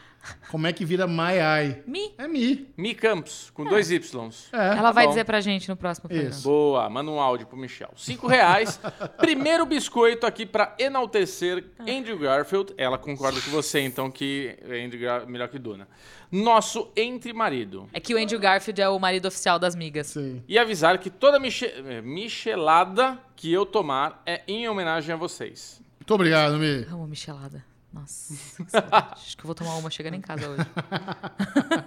Como é que vira Mai Ai?
Mi.
É Mi.
Mi Campos,
Ah.
com dois Ys.
É.
Ela vai
Ah, tá bom.
dizer pra gente no próximo programa.
Isso.
Boa, manda um áudio pro Michel. Cinco reais. Primeiro biscoito aqui pra enaltecer
Ah.
Andrew Garfield. Ela concorda com você, então, que Andrew Garfield é melhor que Duna. Nosso entre-marido.
É que o Andrew Garfield é o marido oficial das migas.
Sim.
E avisar que toda miche- eh, michelada que eu tomar é em homenagem a vocês.
Muito obrigado, Mi.
Amo michelada. Nossa, que saudade. acho que eu vou tomar uma chegando em casa hoje.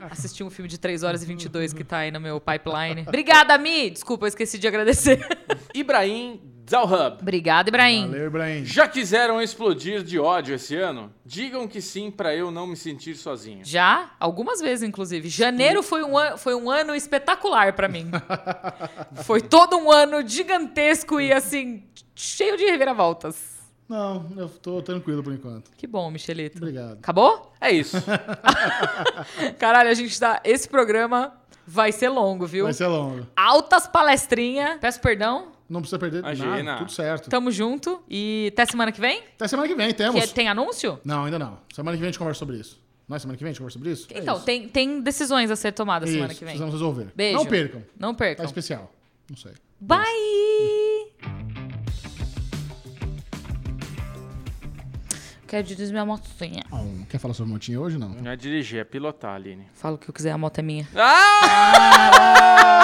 Assisti um filme de 3 horas e 22 que tá aí no meu pipeline. Obrigada, Mi! Desculpa, eu esqueci de agradecer.
Ibrahim Zalhub.
Obrigada, Ibrahim.
Valeu, Ibrahim.
Já quiseram explodir de ódio esse ano? Digam que sim pra eu não me sentir sozinho.
Já, algumas vezes, inclusive. Janeiro foi um, an- foi um ano espetacular pra mim. Foi todo um ano gigantesco e, assim, cheio de reviravoltas.
Não, eu tô tranquilo por enquanto.
Que bom, Michelito.
Obrigado.
Acabou?
É isso.
Caralho, a gente tá. Esse programa vai ser longo, viu?
Vai ser longo.
Altas palestrinhas. Peço perdão.
Não precisa perder
Imagina.
nada. Tudo certo.
Tamo junto. E até semana que vem?
Até semana que vem,
Então, Que
temos.
é- tem anúncio?
Não, ainda não. Semana que vem a gente conversa sobre isso. Não é semana que vem a gente conversa sobre isso? É
Então,
isso.
tem, tem decisões a ser tomadas semana
Isso,
que vem.
Precisamos resolver.
Beijo. Então.
Não percam.
Não
Tá
percam.
especial. Não sei.
Bye! Quero dirigir minha motinha.
Ah, um- quer falar sobre motinha hoje? Não.
Não é dirigir, é pilotar, Aline.
Falo o que eu quiser, a moto é minha.
Ah! Ah!